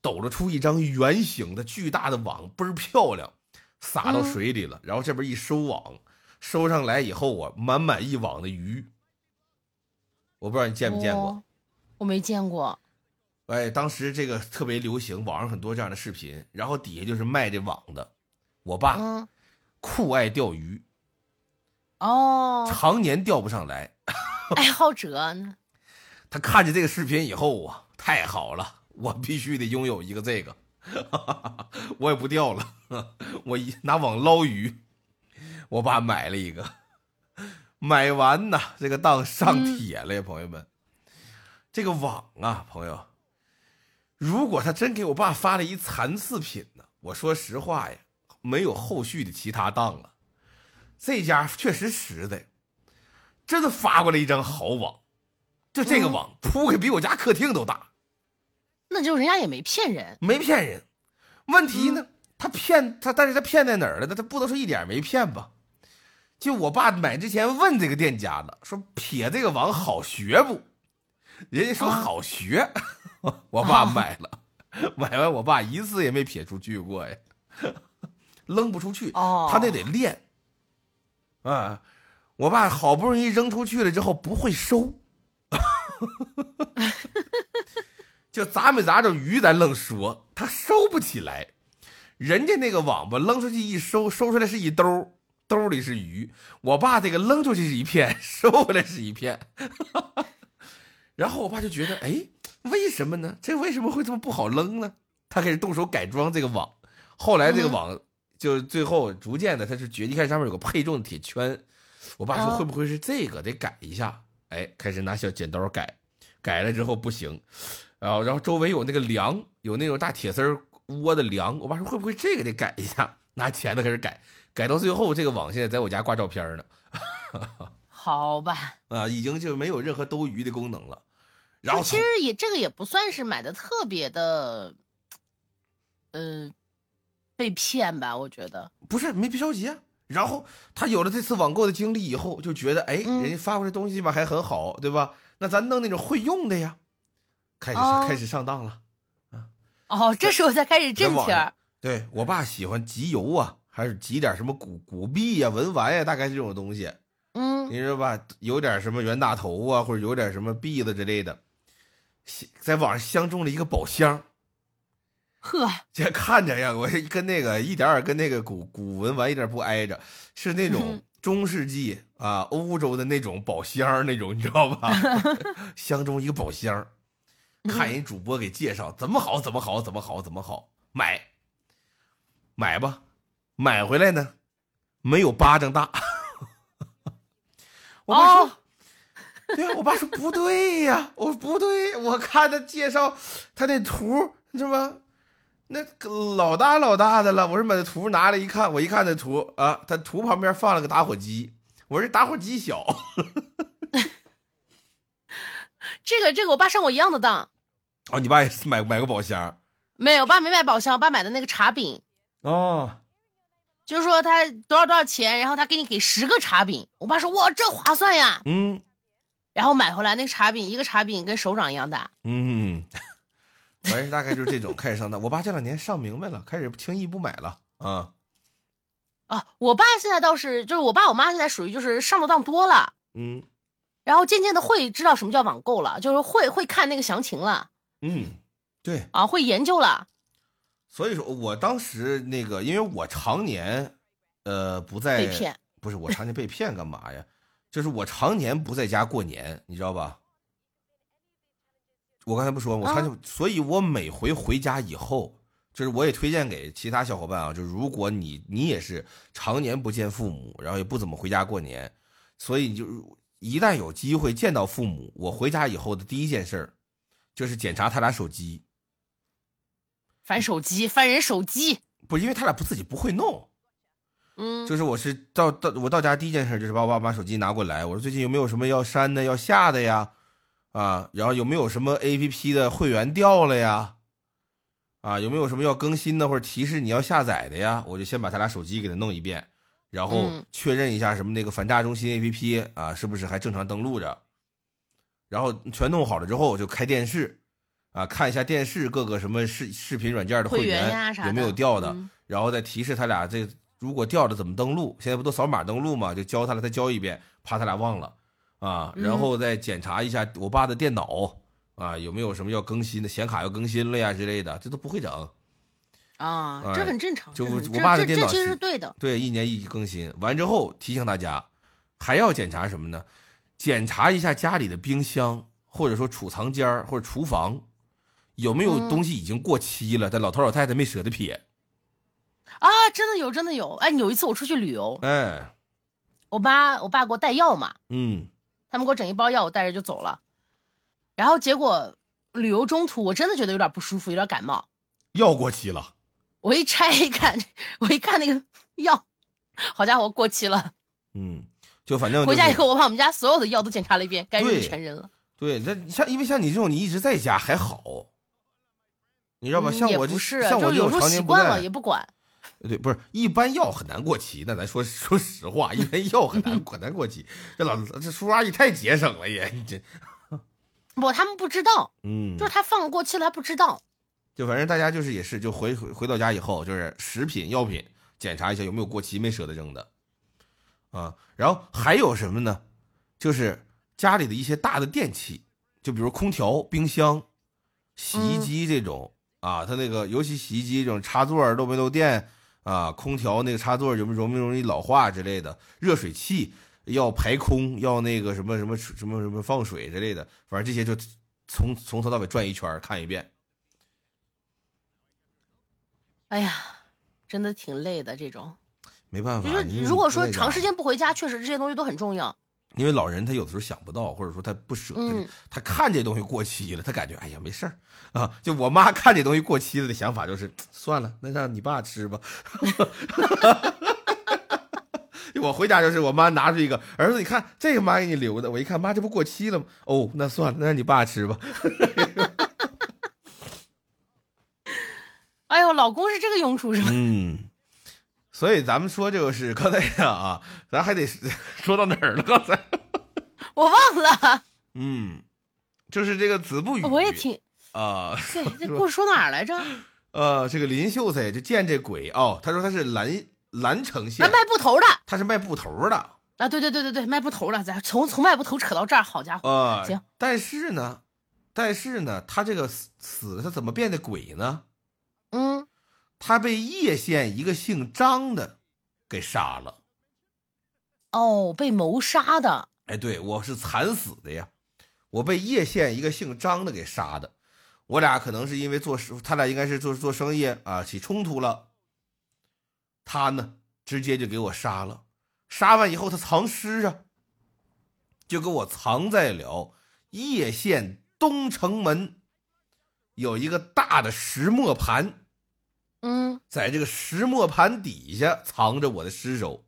Speaker 2: 抖了出一张圆形的巨大的网，倍儿漂亮，撒到
Speaker 1: 嗯
Speaker 2: 水里了，然后这边一收网，收上来以后啊，满满一网的鱼。我不知道你见没见过，
Speaker 1: 哦？我没见过。
Speaker 2: 哎，当时这个特别流行，网上很多这样的视频，然后底下就是卖这网的。我爸
Speaker 1: 嗯，
Speaker 2: 酷爱钓鱼，
Speaker 1: 哦，
Speaker 2: (laughs) 常年钓不上来，
Speaker 1: 爱好者呢？
Speaker 2: 他看见这个视频以后啊，太好了，我必须得拥有一个这个。 (laughs) 我也不钓了， (laughs) 我一拿网捞鱼。我爸买了一个，买完呢，这个当上铁了呀，朋友们。这个网啊，朋友，如果他真给我爸发了一残次品呢，我说实话呀，没有后续的其他当了。这家确实实在，真的发过来一张好网，就这个
Speaker 1: 嗯
Speaker 2: 网铺开比我家客厅都大，
Speaker 1: 那就是人家也没骗人。
Speaker 2: 没骗人。问题呢，他骗他，但是他骗在哪儿了呢？他不能说一点没骗吧？就我爸买之前问这个店家了，说撇这个网好学不？人家说
Speaker 1: 啊
Speaker 2: 好学， (laughs) 我爸
Speaker 1: 哦
Speaker 2: 买了，买完我爸一次也没撇出去过呀，扔不出去，
Speaker 1: 哦
Speaker 2: 他那得练。啊，我爸好不容易扔出去了之后不会收，
Speaker 1: (laughs)
Speaker 2: 就砸没砸着鱼咱愣说，他收不起来。人家那个网吧扔出去一收，收出来是一兜儿，兜里是鱼。我爸这个扔出去是一片， (laughs) 收回来是一片。然后我爸就觉得，哎，为什么呢？这为什么会这么不好扔呢？他开始动手改装这个网，后来这个
Speaker 1: 嗯
Speaker 2: 网就最后逐渐的，他是决定看上面有个配重的铁圈，我爸说
Speaker 1: 哦
Speaker 2: 会不会是这个，得改一下。哎，开始拿小剪刀改，改了之后不行，然后然后周围有那个梁，有那种大铁丝儿窝的梁，我爸说会不会这个得改一下，拿钳子开始改，改到最后这个网现在在我家挂照片呢。
Speaker 1: 好吧，
Speaker 2: 啊，已经就没有任何兜鱼的功能了。然后
Speaker 1: 其
Speaker 2: 从
Speaker 1: 实也这个也不算是买的特别的，呃，被骗吧，我觉得。
Speaker 2: 不是没必着急啊。然后他有了这次网购的经历以后，就觉得哎，
Speaker 1: 嗯
Speaker 2: 人家发过来东西嘛还很好，对吧？那咱弄那种会用的呀，开始上、
Speaker 1: 哦
Speaker 2: 开始上当了。
Speaker 1: 哦，这时候才开始挣
Speaker 2: 网
Speaker 1: 钱
Speaker 2: 上
Speaker 1: 儿。
Speaker 2: 对我爸喜欢集邮啊，还是集点什么古古币呀、文玩呀、大概这种东西。
Speaker 1: 嗯，
Speaker 2: 你说吧，有点什么袁大头啊，或者有点什么币子之类的，西在网上相中了一个宝箱，
Speaker 1: 呵，
Speaker 2: 这看着呀，我是跟那个一点儿跟那个古古文玩一点儿不挨着，是那种
Speaker 1: 嗯
Speaker 2: 中世纪啊欧洲的那种宝箱儿那种，你知道吧？ (laughs) 箱中一个宝箱儿，看人主播给介绍怎么好怎么好怎么好怎么好，买买吧，买回来呢没有巴掌大， (laughs) 我爸说
Speaker 1: 哦，
Speaker 2: (laughs) 对啊，我爸说不对呀、我说不对，我看他介绍他那图是吧？那个老大老大的了，我说把那图拿来一看，我一看那图啊，他图旁边放了个打火机，我说打火机小， (laughs)
Speaker 1: 这个这个，我爸上过一样的当，
Speaker 2: 哦，你爸也是买买个宝箱
Speaker 1: 没有，我爸没买宝箱，我爸买的那个茶饼，
Speaker 2: 哦，
Speaker 1: 就是说他多少多少钱，然后他给你给十个茶饼。我爸说哇，这划算呀，
Speaker 2: 嗯
Speaker 1: 然后买回来那个茶饼，一个茶饼跟手掌一样大。
Speaker 2: 嗯，反正大概就是这种开始上当。我爸这两年上明白了，开始轻易不买了啊，
Speaker 1: 啊，我爸现在倒是，就是我爸我妈现在属于就是上的当多了，
Speaker 2: 嗯
Speaker 1: 然后渐渐的会知道什么叫网购了，就是会会看那个详情了
Speaker 2: 嗯，对，
Speaker 1: 啊，会研究了。
Speaker 2: 所以说我当时那个，因为我常年呃不在
Speaker 1: 被骗，
Speaker 2: 不是我常年被骗干嘛呀？就是我常年不在家过年，你知道吧？我刚才不说吗，我常
Speaker 1: 啊
Speaker 2: 年，所以我每回回家以后，就是我也推荐给其他小伙伴啊，就是如果你你也是常年不见父母，然后也不怎么回家过年，所以你就一旦有机会见到父母，我回家以后的第一件事儿就是检查他俩手机。
Speaker 1: 翻手机，翻人手机。
Speaker 2: 不是因为他俩不自己不会弄，
Speaker 1: 嗯，
Speaker 2: 就是我是到到我到家第一件事就是把我爸妈手机拿过来，我说最近有没有什么要删的要下的呀？啊，然后有没有什么 A P P 的会员掉了呀？啊，有没有什么要更新的或者提示你要下载的呀？我就先把他俩手机给他弄一遍，然后
Speaker 1: 嗯
Speaker 2: 确认一下什么那个反诈中心 A P P 啊是不是还正常登录着，然后全弄好了之后我就开电视，啊看一下电视各个什么视视频软件的
Speaker 1: 会员呀
Speaker 2: 员
Speaker 1: 啥的
Speaker 2: 有没有掉的，
Speaker 1: 嗯
Speaker 2: 然后再提示他俩这如果掉了怎么登录，现在不都扫码登录嘛，就教他了，再教一遍，怕他俩忘了啊，
Speaker 1: 嗯
Speaker 2: 然后再检查一下我爸的电脑啊有没有什么要更新的，显卡要更新了呀之类的，这都不会整。
Speaker 1: 啊，这
Speaker 2: 哎
Speaker 1: 很正常。
Speaker 2: 就
Speaker 1: 这很
Speaker 2: 我
Speaker 1: 这
Speaker 2: 爸的
Speaker 1: 这
Speaker 2: 电脑
Speaker 1: 这其实
Speaker 2: 是
Speaker 1: 是对的。
Speaker 2: 对，一年一更新完之后，提醒大家还要检查什么呢？检查一下家里的冰箱，或者说储藏间儿或者厨房有没有
Speaker 1: 嗯
Speaker 2: 东西已经过期了，但老头老太太没舍得撇。
Speaker 1: 啊，真的有，真的有。哎，有一次我出去旅游，
Speaker 2: 哎，
Speaker 1: 我妈我爸给我带药嘛，
Speaker 2: 嗯
Speaker 1: 他们给我整一包药，我带着就走了。然后结果旅游中途我真的觉得有点不舒服，有点感冒。
Speaker 2: 药过期了。
Speaker 1: 我一拆一看， (laughs) 我一看那个 (laughs) 药，好家伙，过期了。
Speaker 2: 嗯，就反正、就是、
Speaker 1: 回家以后，我把我们家所有的药都检查了一遍，该
Speaker 2: 对
Speaker 1: 扔全扔了。
Speaker 2: 对，那像因为像你这种，你一直在家还好，你知道吧？
Speaker 1: 嗯
Speaker 2: 像
Speaker 1: 也
Speaker 2: 我
Speaker 1: 不
Speaker 2: 这，
Speaker 1: 是，
Speaker 2: 像
Speaker 1: 就
Speaker 2: 我
Speaker 1: 是
Speaker 2: 这
Speaker 1: 有时
Speaker 2: 种
Speaker 1: 候
Speaker 2: 常
Speaker 1: 习
Speaker 2: 年
Speaker 1: 惯了
Speaker 2: 在
Speaker 1: 也，不管。
Speaker 2: 对，不是一般药很难过期。那咱说说实话，一般药
Speaker 1: (laughs)
Speaker 2: 很难很难过期。这老这叔叔阿姨太节省了也，你这
Speaker 1: 不，他们不知道，
Speaker 2: 嗯
Speaker 1: 就是他放过期了，他不知道。
Speaker 2: 就反正大家就是也是，就回回回到家以后，就是食品药品检查一下有没有过期，没舍得扔的，啊，然后还有什么呢？就是家里的一些大的电器，就比如空调、冰箱、洗衣机这种、啊，它那个尤其洗衣机这种插座儿漏没漏电啊，空调那个插座儿容不容不容易老化之类的，热水器要排空，要那个什么什么什么什么放水之类的，反正这些就从从头到尾转一圈儿看一遍。
Speaker 1: 哎呀，真的挺累的这种。
Speaker 2: 没办法
Speaker 1: 就，
Speaker 2: 因
Speaker 1: 是
Speaker 2: 为
Speaker 1: 如果说
Speaker 2: 那个
Speaker 1: 长时，间不回家，确实这些东西都很重要。
Speaker 2: 因为老人他有的时候想不到，或者说他不舍，他就
Speaker 1: 嗯
Speaker 2: 他看这东西过期了，他感觉哎呀没事儿啊。就我妈看这东西过期了的想法就是算了，那让你爸吃吧。 (laughs) 我回家就是我妈拿出一个儿子，你看这个妈给你留的，我一看妈这不过期了吗？哦，那算了，那让你爸吃吧。
Speaker 1: 哎呦，老公是这个用处是吧？
Speaker 2: 嗯， (laughs) 所以咱们说这个是刚才呀啊，咱还得说到哪儿了？刚才，
Speaker 1: 我忘
Speaker 2: (laughs)
Speaker 1: 了，
Speaker 2: 嗯，就是这个子不语，
Speaker 1: 我也挺
Speaker 2: 啊
Speaker 1: 对，这故事说哪儿来
Speaker 2: (laughs)
Speaker 1: 着？
Speaker 2: 呃，这个林秀才就见这鬼哦，他说他是兰兰城
Speaker 1: 啊，
Speaker 2: 县，
Speaker 1: 卖布头的
Speaker 2: 他是卖布头的
Speaker 1: 啊，对对对对对，卖布头的，咱从从卖布头扯到这儿，好家伙，
Speaker 2: 啊。
Speaker 1: 行，
Speaker 2: 但是呢，但是呢，他这个死死他怎么变的鬼呢？
Speaker 1: 嗯，
Speaker 2: 他被叶县一个姓张的给杀了。
Speaker 1: 哦，被谋杀的，
Speaker 2: 哎，对，我是惨死的呀，我被叶县一个姓张的给杀的。我俩可能是因为做生，他俩应该是做做生意啊起冲突了。他呢，直接就给我杀了。杀完以后，他藏尸啊，就给我藏在了叶县东城门有一个大的石磨盘，
Speaker 1: 嗯，
Speaker 2: 在这个石磨盘底下藏着我的尸首。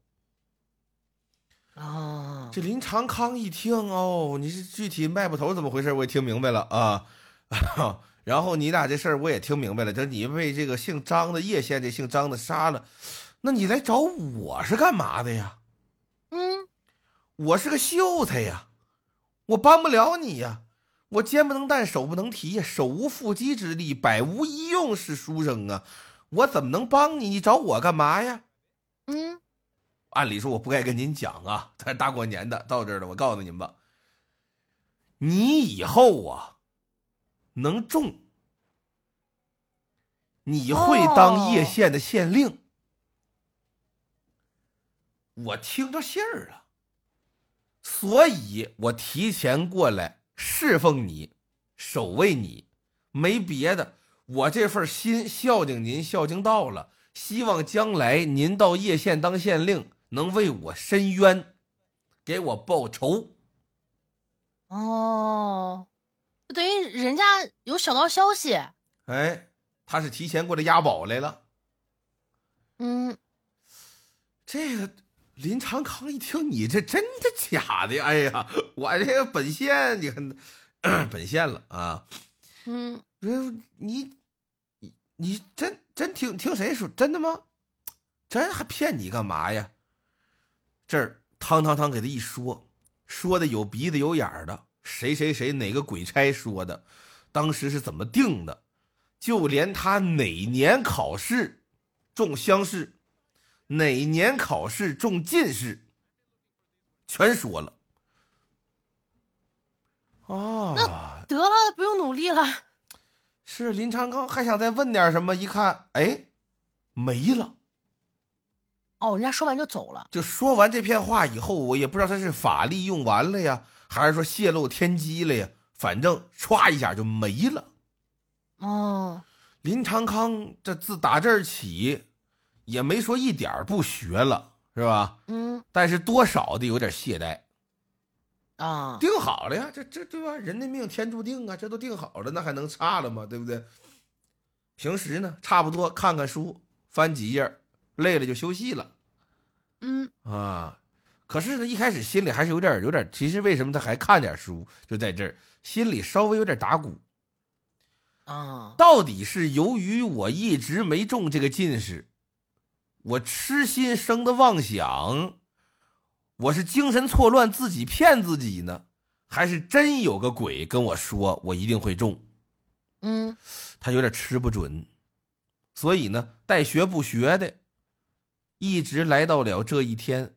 Speaker 1: 啊，
Speaker 2: 这林长康一听哦，你是具体卖布头怎么回事？我也听明白了啊。 (laughs) 然后你俩这事儿我也听明白了，就是你被这个姓张的叶县这姓张的杀了，那你来找我是干嘛的呀？
Speaker 1: 嗯，
Speaker 2: 我是个秀才呀，我帮不了你呀，我肩不能担，手不能提呀，手无缚鸡之力，百无一用是书生啊，我怎么能帮你？你找我干嘛呀？
Speaker 1: 嗯，
Speaker 2: 按理说我不该跟您讲啊，但大过年的到这儿了，我告诉您吧，你以后啊能中，你会当叶县的县令。我听着信儿了，所以我提前过来侍奉你，守卫你，没别的，我这份心孝敬您，孝敬到了。希望将来您到叶县当县令，能为我伸冤，给我报仇。
Speaker 1: 哦，就等于人家有小道消息，
Speaker 2: 哎，他是提前过来押宝来了。
Speaker 1: 嗯，
Speaker 2: 这个林长康一听，你这真的假的呀？哎呀，我这个本县，你看，咳 (coughs) 本县了啊！
Speaker 1: 嗯，
Speaker 2: 哎呦你你你真真听听谁说真的吗？真还骗你干嘛呀？这儿汤汤汤给他一说，说的有鼻子有眼儿的，谁谁谁哪个鬼差说的，当时是怎么定的，就连他哪年考试中乡试，哪年考试中进士，全说了。啊，
Speaker 1: 得了，不用努力了，
Speaker 2: 是林长刚还想再问点什么，一看，哎，没了。
Speaker 1: 哦，人家说完就走了，
Speaker 2: 就说完这片话以后，我也不知道他是法力用完了呀，还是说泄露天机了呀，反正歘一下就没了。
Speaker 1: 哦，
Speaker 2: 林长康这自打这儿起，也没说一点儿不学了，是吧？
Speaker 1: 嗯，
Speaker 2: 但是多少的有点懈怠。
Speaker 1: 啊，
Speaker 2: 定好了呀，这这对吧？人的命天注定啊，这都定好了，那还能差了吗？对不对？平时呢，差不多看看书，翻几页儿，累了就休息了
Speaker 1: 嗯，
Speaker 2: 啊。可是呢，一开始心里还是有点有点，其实为什么他还看点书，就在这儿，心里稍微有点打鼓。
Speaker 1: 啊，
Speaker 2: 到底是由于我一直没中这个进士，我痴心生的妄想，我是精神错乱自己骗自己呢，还是真有个鬼跟我说我一定会中？
Speaker 1: 嗯，
Speaker 2: 他有点吃不准，所以呢，带学不学的，一直来到了这一天。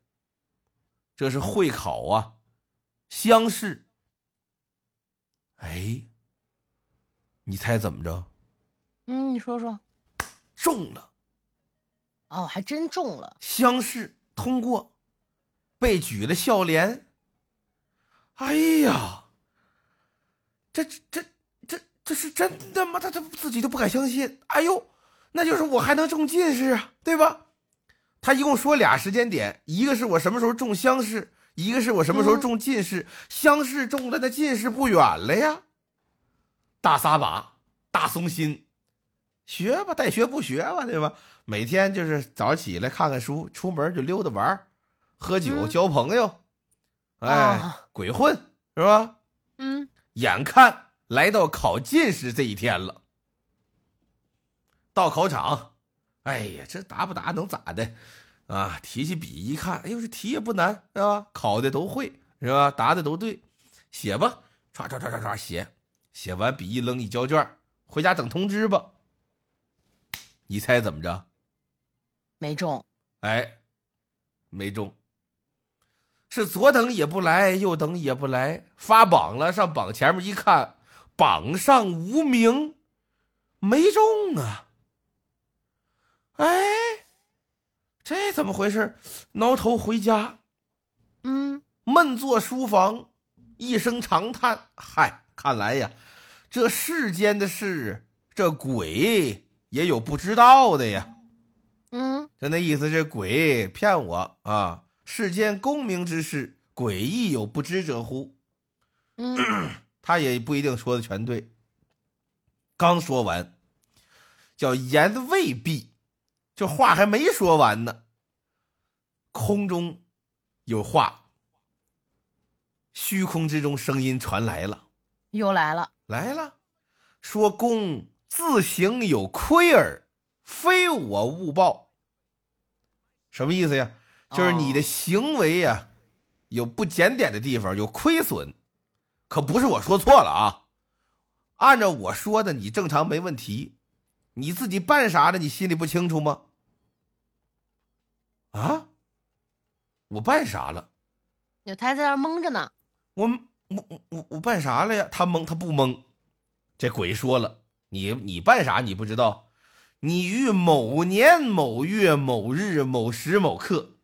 Speaker 2: 这是会考啊，乡试。哎，你猜怎么着？
Speaker 1: 嗯，你说说，
Speaker 2: 中了。
Speaker 1: 哦，还真中了，
Speaker 2: 乡试通过，被举了孝廉。哎呀，这这这这这是真的吗？他他自己都不敢相信。哎呦，那就是我还能中进士啊，对吧？他一共说俩时间点，一个是我什么时候中乡试，一个是我什么时候中进士。乡试中了，那进士不远了呀。大撒把，大松心，学吧，带学不学吧，对吧？每天就是早上起来看看书，出门就溜达玩儿喝酒、
Speaker 1: 嗯
Speaker 2: 交朋友，哎
Speaker 1: 啊，
Speaker 2: 鬼混是吧？
Speaker 1: 嗯，
Speaker 2: 眼看来到考进士这一天了，到考场，哎呀，这答不答能咋的啊？提起笔一看，哎呦，这题也不难是吧？考的都会是吧？答的都对，写吧，唰唰唰唰唰写，写完笔一扔一交卷，回家等通知吧。你猜怎么着？
Speaker 1: 没中，
Speaker 2: 哎，没中，是左等也不来，右等也不来，发榜了，上榜前面一看，榜上无名，没中啊！哎，这怎么回事？挠头回家，
Speaker 1: 嗯，
Speaker 2: 闷坐书房，一声长叹：“嗨，看来呀，这世间的事，这鬼也有不知道的呀。”
Speaker 1: 嗯，
Speaker 2: 就那意思是鬼骗我啊！世间功名之事，鬼亦有不知者乎？
Speaker 1: 嗯，
Speaker 2: 他也不一定说的全对。刚说完，叫言未毕，这话还没说完呢，空中有话，虚空之中声音传来了，
Speaker 1: (clears throat) 又来了，
Speaker 2: 来了，说公自行有亏耳，非我勿报。什么意思呀？就是你的行为呀、有不检点的地方，有亏损，可不是我说错了啊。按照我说的，你正常没问题，你自己办啥的，你心里不清楚吗？啊，我办啥了？
Speaker 1: 有他还在那儿蒙着呢，
Speaker 2: 我我我我我办啥了呀？他懵，他不懵。这鬼说了，你你办啥你不知道？你于某年某月某日某时某刻，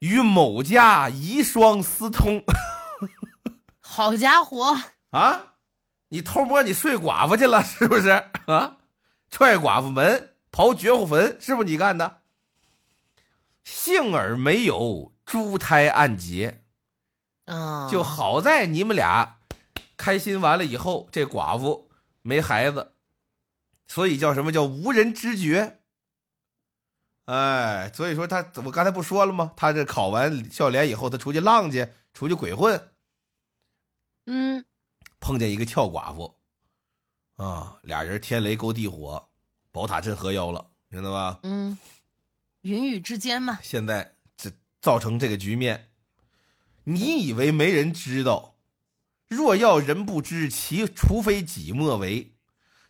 Speaker 2: 与某家遗孀私通
Speaker 1: 好家伙，
Speaker 2: 啊！你偷摸你睡寡妇去了是不是啊？踹寡妇门，刨绝户坟，是不是你干的？幸而没有珠胎暗结，
Speaker 1: 啊，
Speaker 2: 就好在你们俩开心完了以后，这寡妇没孩子，所以叫什么叫无人知觉。哎，所以说他，我刚才不说了吗？他这考完校联以后，他出去浪去，出去鬼混，
Speaker 1: 嗯，
Speaker 2: 碰见一个俏寡妇，啊，俩人天雷勾地火，宝塔镇河妖了，明白吧？
Speaker 1: 嗯，云雨之间嘛，
Speaker 2: 现在这造成这个局面，你以为没人知道？若要人不知，其除非己莫为。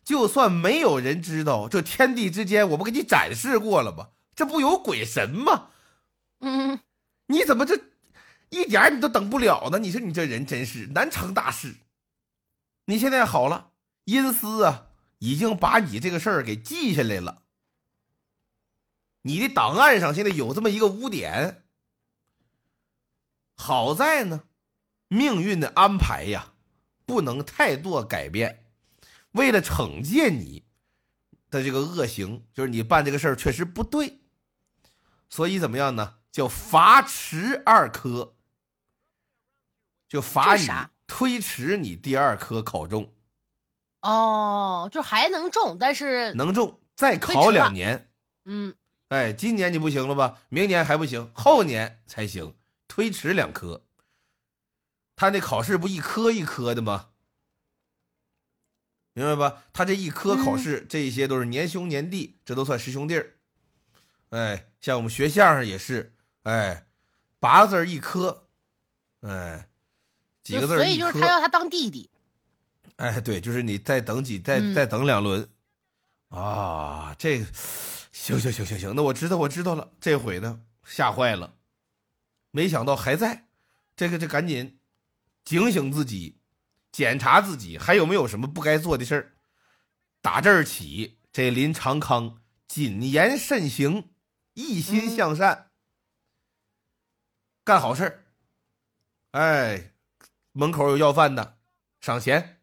Speaker 2: 就算没有人知道，这天地之间，我不给你展示过了吗？这不有鬼神吗？
Speaker 1: 嗯，
Speaker 2: 你怎么这一点儿你都等不了呢？你说你这人真是难成大事。你现在好了，阴司啊，已经把你这个事儿给记下来了。你的档案上现在有这么一个污点。好在呢，命运的安排呀，不能太多改变。为了惩戒你的这个恶行，就是你办这个事儿确实不对，所以怎么样呢？叫罚迟二科，就罚
Speaker 1: 这
Speaker 2: 你
Speaker 1: 啥
Speaker 2: 推迟你第二科考中，
Speaker 1: 哦，就还能中，但是，
Speaker 2: 能中再
Speaker 1: 推
Speaker 2: 考
Speaker 1: 迟了
Speaker 2: 两年。
Speaker 1: 嗯，
Speaker 2: 哎，今年你不行了吧？明年还不行，后年才行，推迟两科。他那考试不一科一科的吗？明白吧？他这一科
Speaker 1: 嗯
Speaker 2: 考试，这些都是年兄年弟，这都算师兄弟儿。哎，像我们学相声也是，哎，八字儿一科，哎，几
Speaker 1: 就
Speaker 2: 个字
Speaker 1: 所
Speaker 2: 儿
Speaker 1: 以
Speaker 2: 一
Speaker 1: 就
Speaker 2: 科。
Speaker 1: 是他要他当弟弟，
Speaker 2: 哎，对，就是你再等几，再、
Speaker 1: 嗯
Speaker 2: 再等两轮，啊，这个行行行行行，那我知道我知道了。这回呢，吓坏了，没想到还在，这个这赶紧警醒自己，检查自己还有没有什么不该做的事儿。打这儿起，这林长康谨言慎行，一心
Speaker 1: 嗯
Speaker 2: 向善，干好事儿。哎，门口有要饭的，赏钱，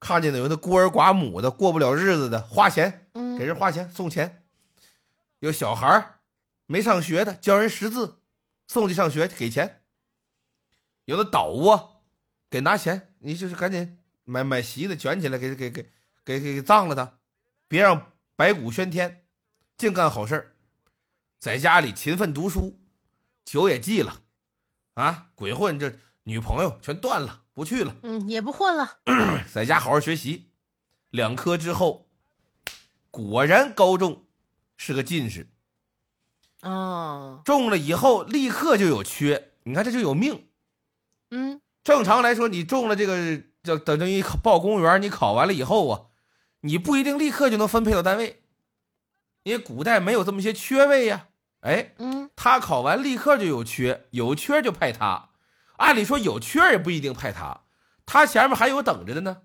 Speaker 2: 看见的有那孤儿寡母的过不了日子的，花钱
Speaker 1: 嗯
Speaker 2: 给人花钱送钱，有小孩儿没上学的教人识字，送去上学给钱，有的倒窝给拿钱，你就是赶紧买买席的卷起来给给给给给给葬了他，别让白骨喧天，净干好事儿，在家里勤奋读书，酒也戒了，啊，鬼混这女朋友全断了，不去了。
Speaker 1: 嗯，也不混了，
Speaker 2: 在家好好学习。两科之后，果然高中是个进士，
Speaker 1: 哦，
Speaker 2: 中了以后立刻就有缺。你看这就有命。
Speaker 1: 嗯
Speaker 2: 正常来说，你中了这个，就等于考报公务员，你考完了以后啊，你不一定立刻就能分配到单位，因为古代没有这么些缺位呀、哎，
Speaker 1: 嗯
Speaker 2: 他考完立刻就有缺，有缺就派他。按理说有缺也不一定派他，他前面还有等着的呢。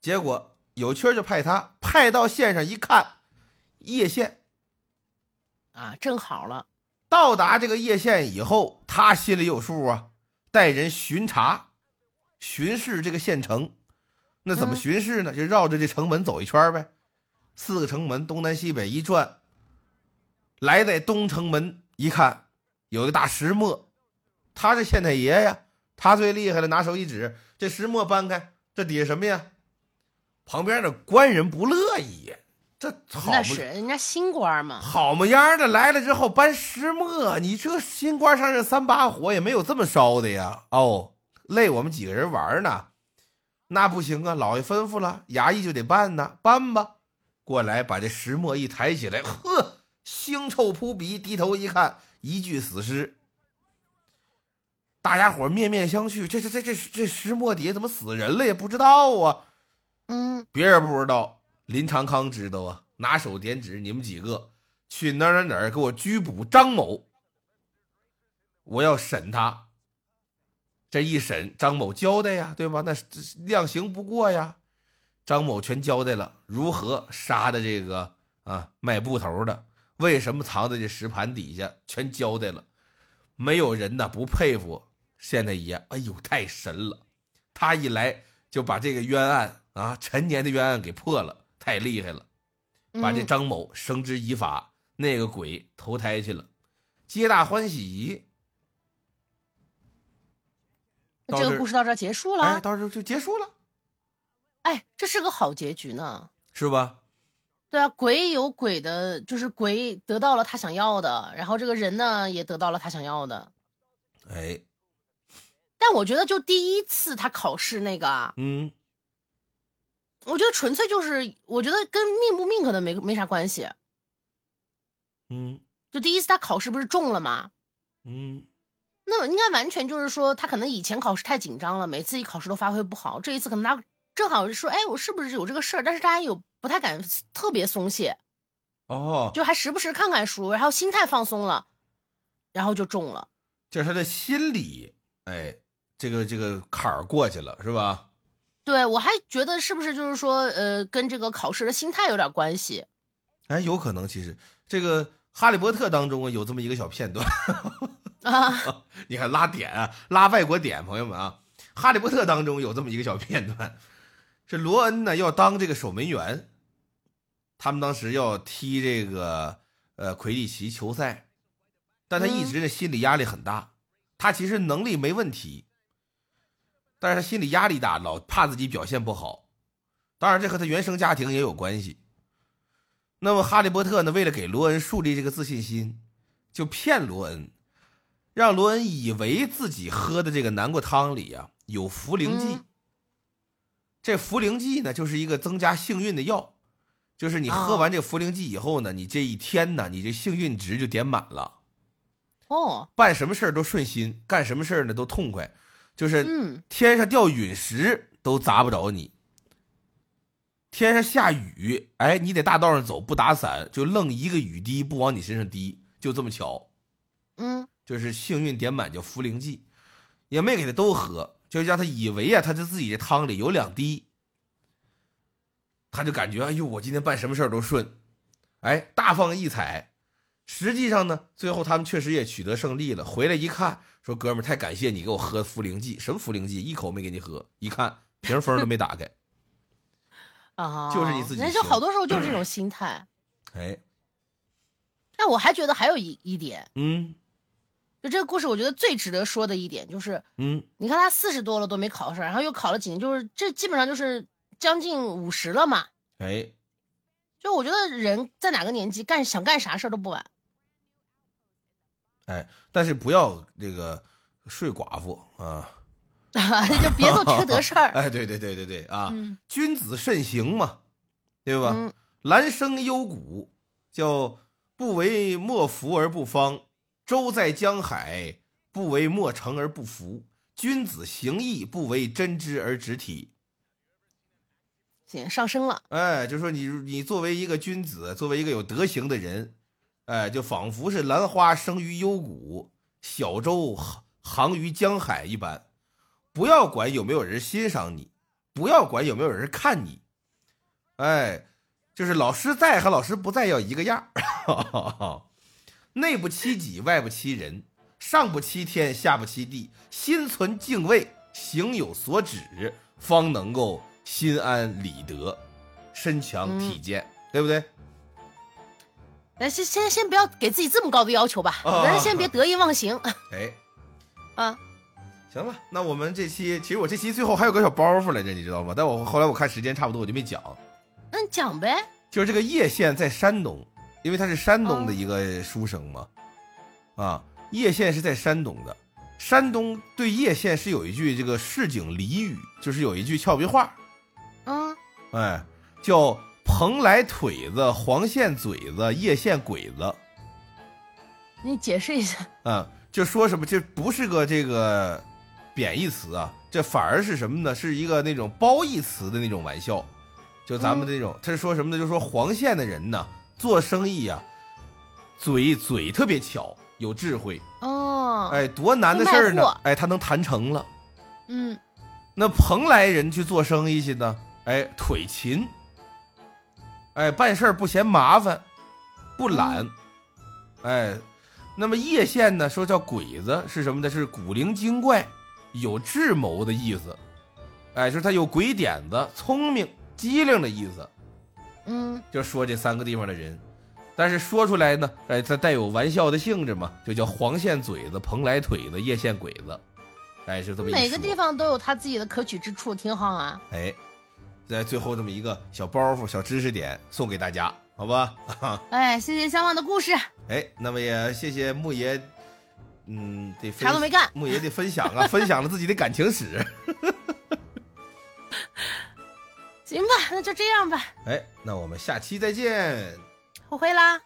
Speaker 2: 结果有缺就派他，派到县上一看，叶县
Speaker 1: 啊，正好了，
Speaker 2: 到达这个叶县以后，他心里有数啊，带人巡查、巡视这个县城。那怎么
Speaker 1: 嗯
Speaker 2: 巡视呢？就绕着这城门走一圈呗，四个城门东南西北一转，来在东城门一看，有个大石磨，他是县太爷呀，他最厉害了，拿手一指，这石磨搬开，这底下什么呀？旁边的官人不乐意，这好
Speaker 1: 那
Speaker 2: 不
Speaker 1: 是人家新官儿嘛，
Speaker 2: 好么样的来了之后搬石磨，你这新官上任三把火也没有这么烧的呀！哦，累我们几个人玩呢，那不行啊，老爷吩咐了，衙役就得办呐，搬吧。过来把这石磨一抬起来，呵，腥臭扑鼻，低头一看，一具死尸。大家伙面面相觑，这这这这这石磨底下怎么死人了也不知道啊！
Speaker 1: 嗯
Speaker 2: 别人不知道，林长康知道啊，拿手点指你们几个去哪儿哪儿哪儿给我拘捕张某，我要审他。这一审，张某交代啊呀，对吧？那是这是量刑不过呀，张某全交代了，如何杀的这个啊卖布头的，为什么藏在这石盘底下，全交代了。没有人呐不佩服县太爷，哎呦，太神了！他一来就把这个冤案啊，陈年的冤案给破了，太厉害了！把这
Speaker 1: 嗯
Speaker 2: 张某绳之以法，那个鬼投胎去了，皆大欢喜。
Speaker 1: 那
Speaker 2: 到
Speaker 1: 这
Speaker 2: 这
Speaker 1: 个
Speaker 2: 儿
Speaker 1: 故事到这儿结束了，
Speaker 2: 哎，
Speaker 1: 哎
Speaker 2: 到时候就结束了，
Speaker 1: 这是个好结局呢。
Speaker 2: 是吧？
Speaker 1: 对啊，鬼有鬼的，就是鬼得到了他想要的，然后这个人呢也得到了他想要的。
Speaker 2: 哎，
Speaker 1: 但我觉得就第一次他考试那个啊，
Speaker 2: 嗯，
Speaker 1: 我觉得纯粹就是，我觉得跟命不命可能没没啥关系。
Speaker 2: 嗯
Speaker 1: 就第一次他考试不是中了吗？
Speaker 2: 嗯
Speaker 1: 那应该完全就是说，他可能以前考试太紧张了，每次一考试都发挥不好。这一次可能他正好是说，哎，我是不是有这个事儿？但是他还有不太敢特别松懈，
Speaker 2: 哦，
Speaker 1: 就还时不时看看书，然后心态放松了，然后就中了。
Speaker 2: 这是他的心理，哎，这个这个坎儿过去了，是吧？
Speaker 1: 对我还觉得是不是就是说，呃，跟这个考试的心态有点关系？
Speaker 2: 哎，有可能，其实这个《哈利波特》当中啊，有这么一个小片段，
Speaker 1: 啊，
Speaker 2: 你看拉点啊，拉外国点，朋友们啊，《哈利波特》当中有这么一个小片段，是罗恩呢要当这个守门员，他们当时要踢这个呃魁地奇球赛，但他一直的心理压力很大，他其实能力没问题，但是他心理压力大，老怕自己表现不好，当然这和他原生家庭也有关系。那么哈利波特呢，为了给罗恩树立这个自信心，就骗罗恩，让罗恩以为自己喝的这个南瓜汤里啊有茯苓剂。
Speaker 1: 嗯
Speaker 2: 这茯苓剂呢，就是一个增加幸运的药，就是你
Speaker 1: 哦
Speaker 2: 喝完这个茯苓剂以后呢，你这一天呢，你这幸运值就点满了，
Speaker 1: 哦，
Speaker 2: 办什么事儿都顺心，干什么事儿呢都痛快，就是
Speaker 1: 嗯，
Speaker 2: 天上掉陨石都砸不着你。天上下雨，哎，你得大道上走，不打伞就愣一个雨滴不往你身上滴，就这么巧。
Speaker 1: 嗯，
Speaker 2: 就是幸运点满叫茯苓剂，也没给他都喝，就让他以为啊，他这自己这汤里有两滴，他就感觉哎呦，我今天办什么事儿都顺，哎，大放异彩。实际上呢，最后他们确实也取得胜利了。回来一看，说哥们儿，太感谢你给我喝茯苓剂，什么茯苓剂，一口没给你喝。一看瓶风都没打开。
Speaker 1: 啊，
Speaker 2: 就是你自己
Speaker 1: 那就
Speaker 2: 行
Speaker 1: 好多时候就是这种心态。
Speaker 2: 哎，
Speaker 1: 但我还觉得还有一一点，
Speaker 2: 嗯
Speaker 1: 就这个故事，我觉得最值得说的一点就是，
Speaker 2: 嗯，
Speaker 1: 你看他四十多了都没考上，然后又考了几年，就是这基本上就是将近五十了嘛。
Speaker 2: 哎，
Speaker 1: 就我觉得人在哪个年纪干想干啥事儿都不晚。 (laughs)
Speaker 2: 哎，但是不要这个睡寡妇啊！ (laughs)
Speaker 1: 就别做缺德事儿。
Speaker 2: 哎，对对对对对啊，
Speaker 1: 嗯
Speaker 2: 君子慎行嘛，对吧？
Speaker 1: 嗯
Speaker 2: 兰生幽谷，叫不为莫服而不芳；舟在江海，不为莫成而不服。君子行义，不为真知而直体。
Speaker 1: 行，上升了。
Speaker 2: 哎，就说你你作为一个君子，作为一个有德行的人，哎，就仿佛是兰花生于幽谷，小舟航航于江海一般。不要管有没有人欣赏你，不要管有没有人看你，哎，就是老师在和老师不在要一个样儿。 (laughs) 内不欺己，外不欺人，上不欺天，下不欺地，心存敬畏，行有所指，方能够心安理得，身强体健，对不对？
Speaker 1: 咱先先先不要给自己这么高的要求吧，
Speaker 2: 啊
Speaker 1: 咱先别得意忘形
Speaker 2: 哎，
Speaker 1: 啊。
Speaker 2: 行吧，那我们这期其实我这期最后还有个小包袱来着，你知道吗？但我后来我看时间差不多，我就没讲。
Speaker 1: 那你讲呗。
Speaker 2: 就是这个叶县在山东，因为他是山东的
Speaker 1: 哦
Speaker 2: 一个书生嘛，啊，叶县是在山东的。山东对叶县是有一句这个市井俚语，就是有一句俏皮话，
Speaker 1: 嗯，
Speaker 2: 哎，叫“蓬莱腿子，黄县嘴子，叶县鬼子
Speaker 1: 你解释一下。”，
Speaker 2: 啊，就说什么这不是个这个贬义词啊，这反而是什么呢？是一个那种褒义词的那种玩笑，就咱们这
Speaker 1: 嗯
Speaker 2: 种，他是说什么呢？就说黄县的人呢，做生意啊，嘴嘴特别巧，有智慧，
Speaker 1: (laughs) 哦，
Speaker 2: 哎，多难的事儿
Speaker 1: 卖
Speaker 2: 呢
Speaker 1: 货，
Speaker 2: 哎，他能谈成了。
Speaker 1: 嗯，
Speaker 2: 那蓬莱人去做生意去呢，哎，腿勤，哎，办事儿不嫌麻烦，不懒，
Speaker 1: 嗯
Speaker 2: 哎，那么叶县呢，说叫鬼子是什么呢？是古灵精怪，有智谋的意思，哎，说他有鬼点子，聪明机灵的意思，
Speaker 1: 嗯
Speaker 2: 就说这三个地方的人。但是说出来呢，哎，它带有玩笑的性质嘛，就叫黄县嘴子、蓬莱腿子、叶县鬼子，哎，是这么一
Speaker 1: 每个
Speaker 2: 说
Speaker 1: 地方都有他自己的可取之处，挺好啊。
Speaker 2: 哎，在最后这么一个小包袱、小知识点送给大家，好吧？
Speaker 1: 哎，谢谢相望的故事，
Speaker 2: 哎，那么也谢谢牧爷，嗯，得分
Speaker 1: 啥都没干 (laughs)
Speaker 2: 牧爷得分享啊，分享了自己的感情史。
Speaker 1: 行吧，那就这样吧，
Speaker 2: 哎，那我们下期再见。
Speaker 1: 后悔啦。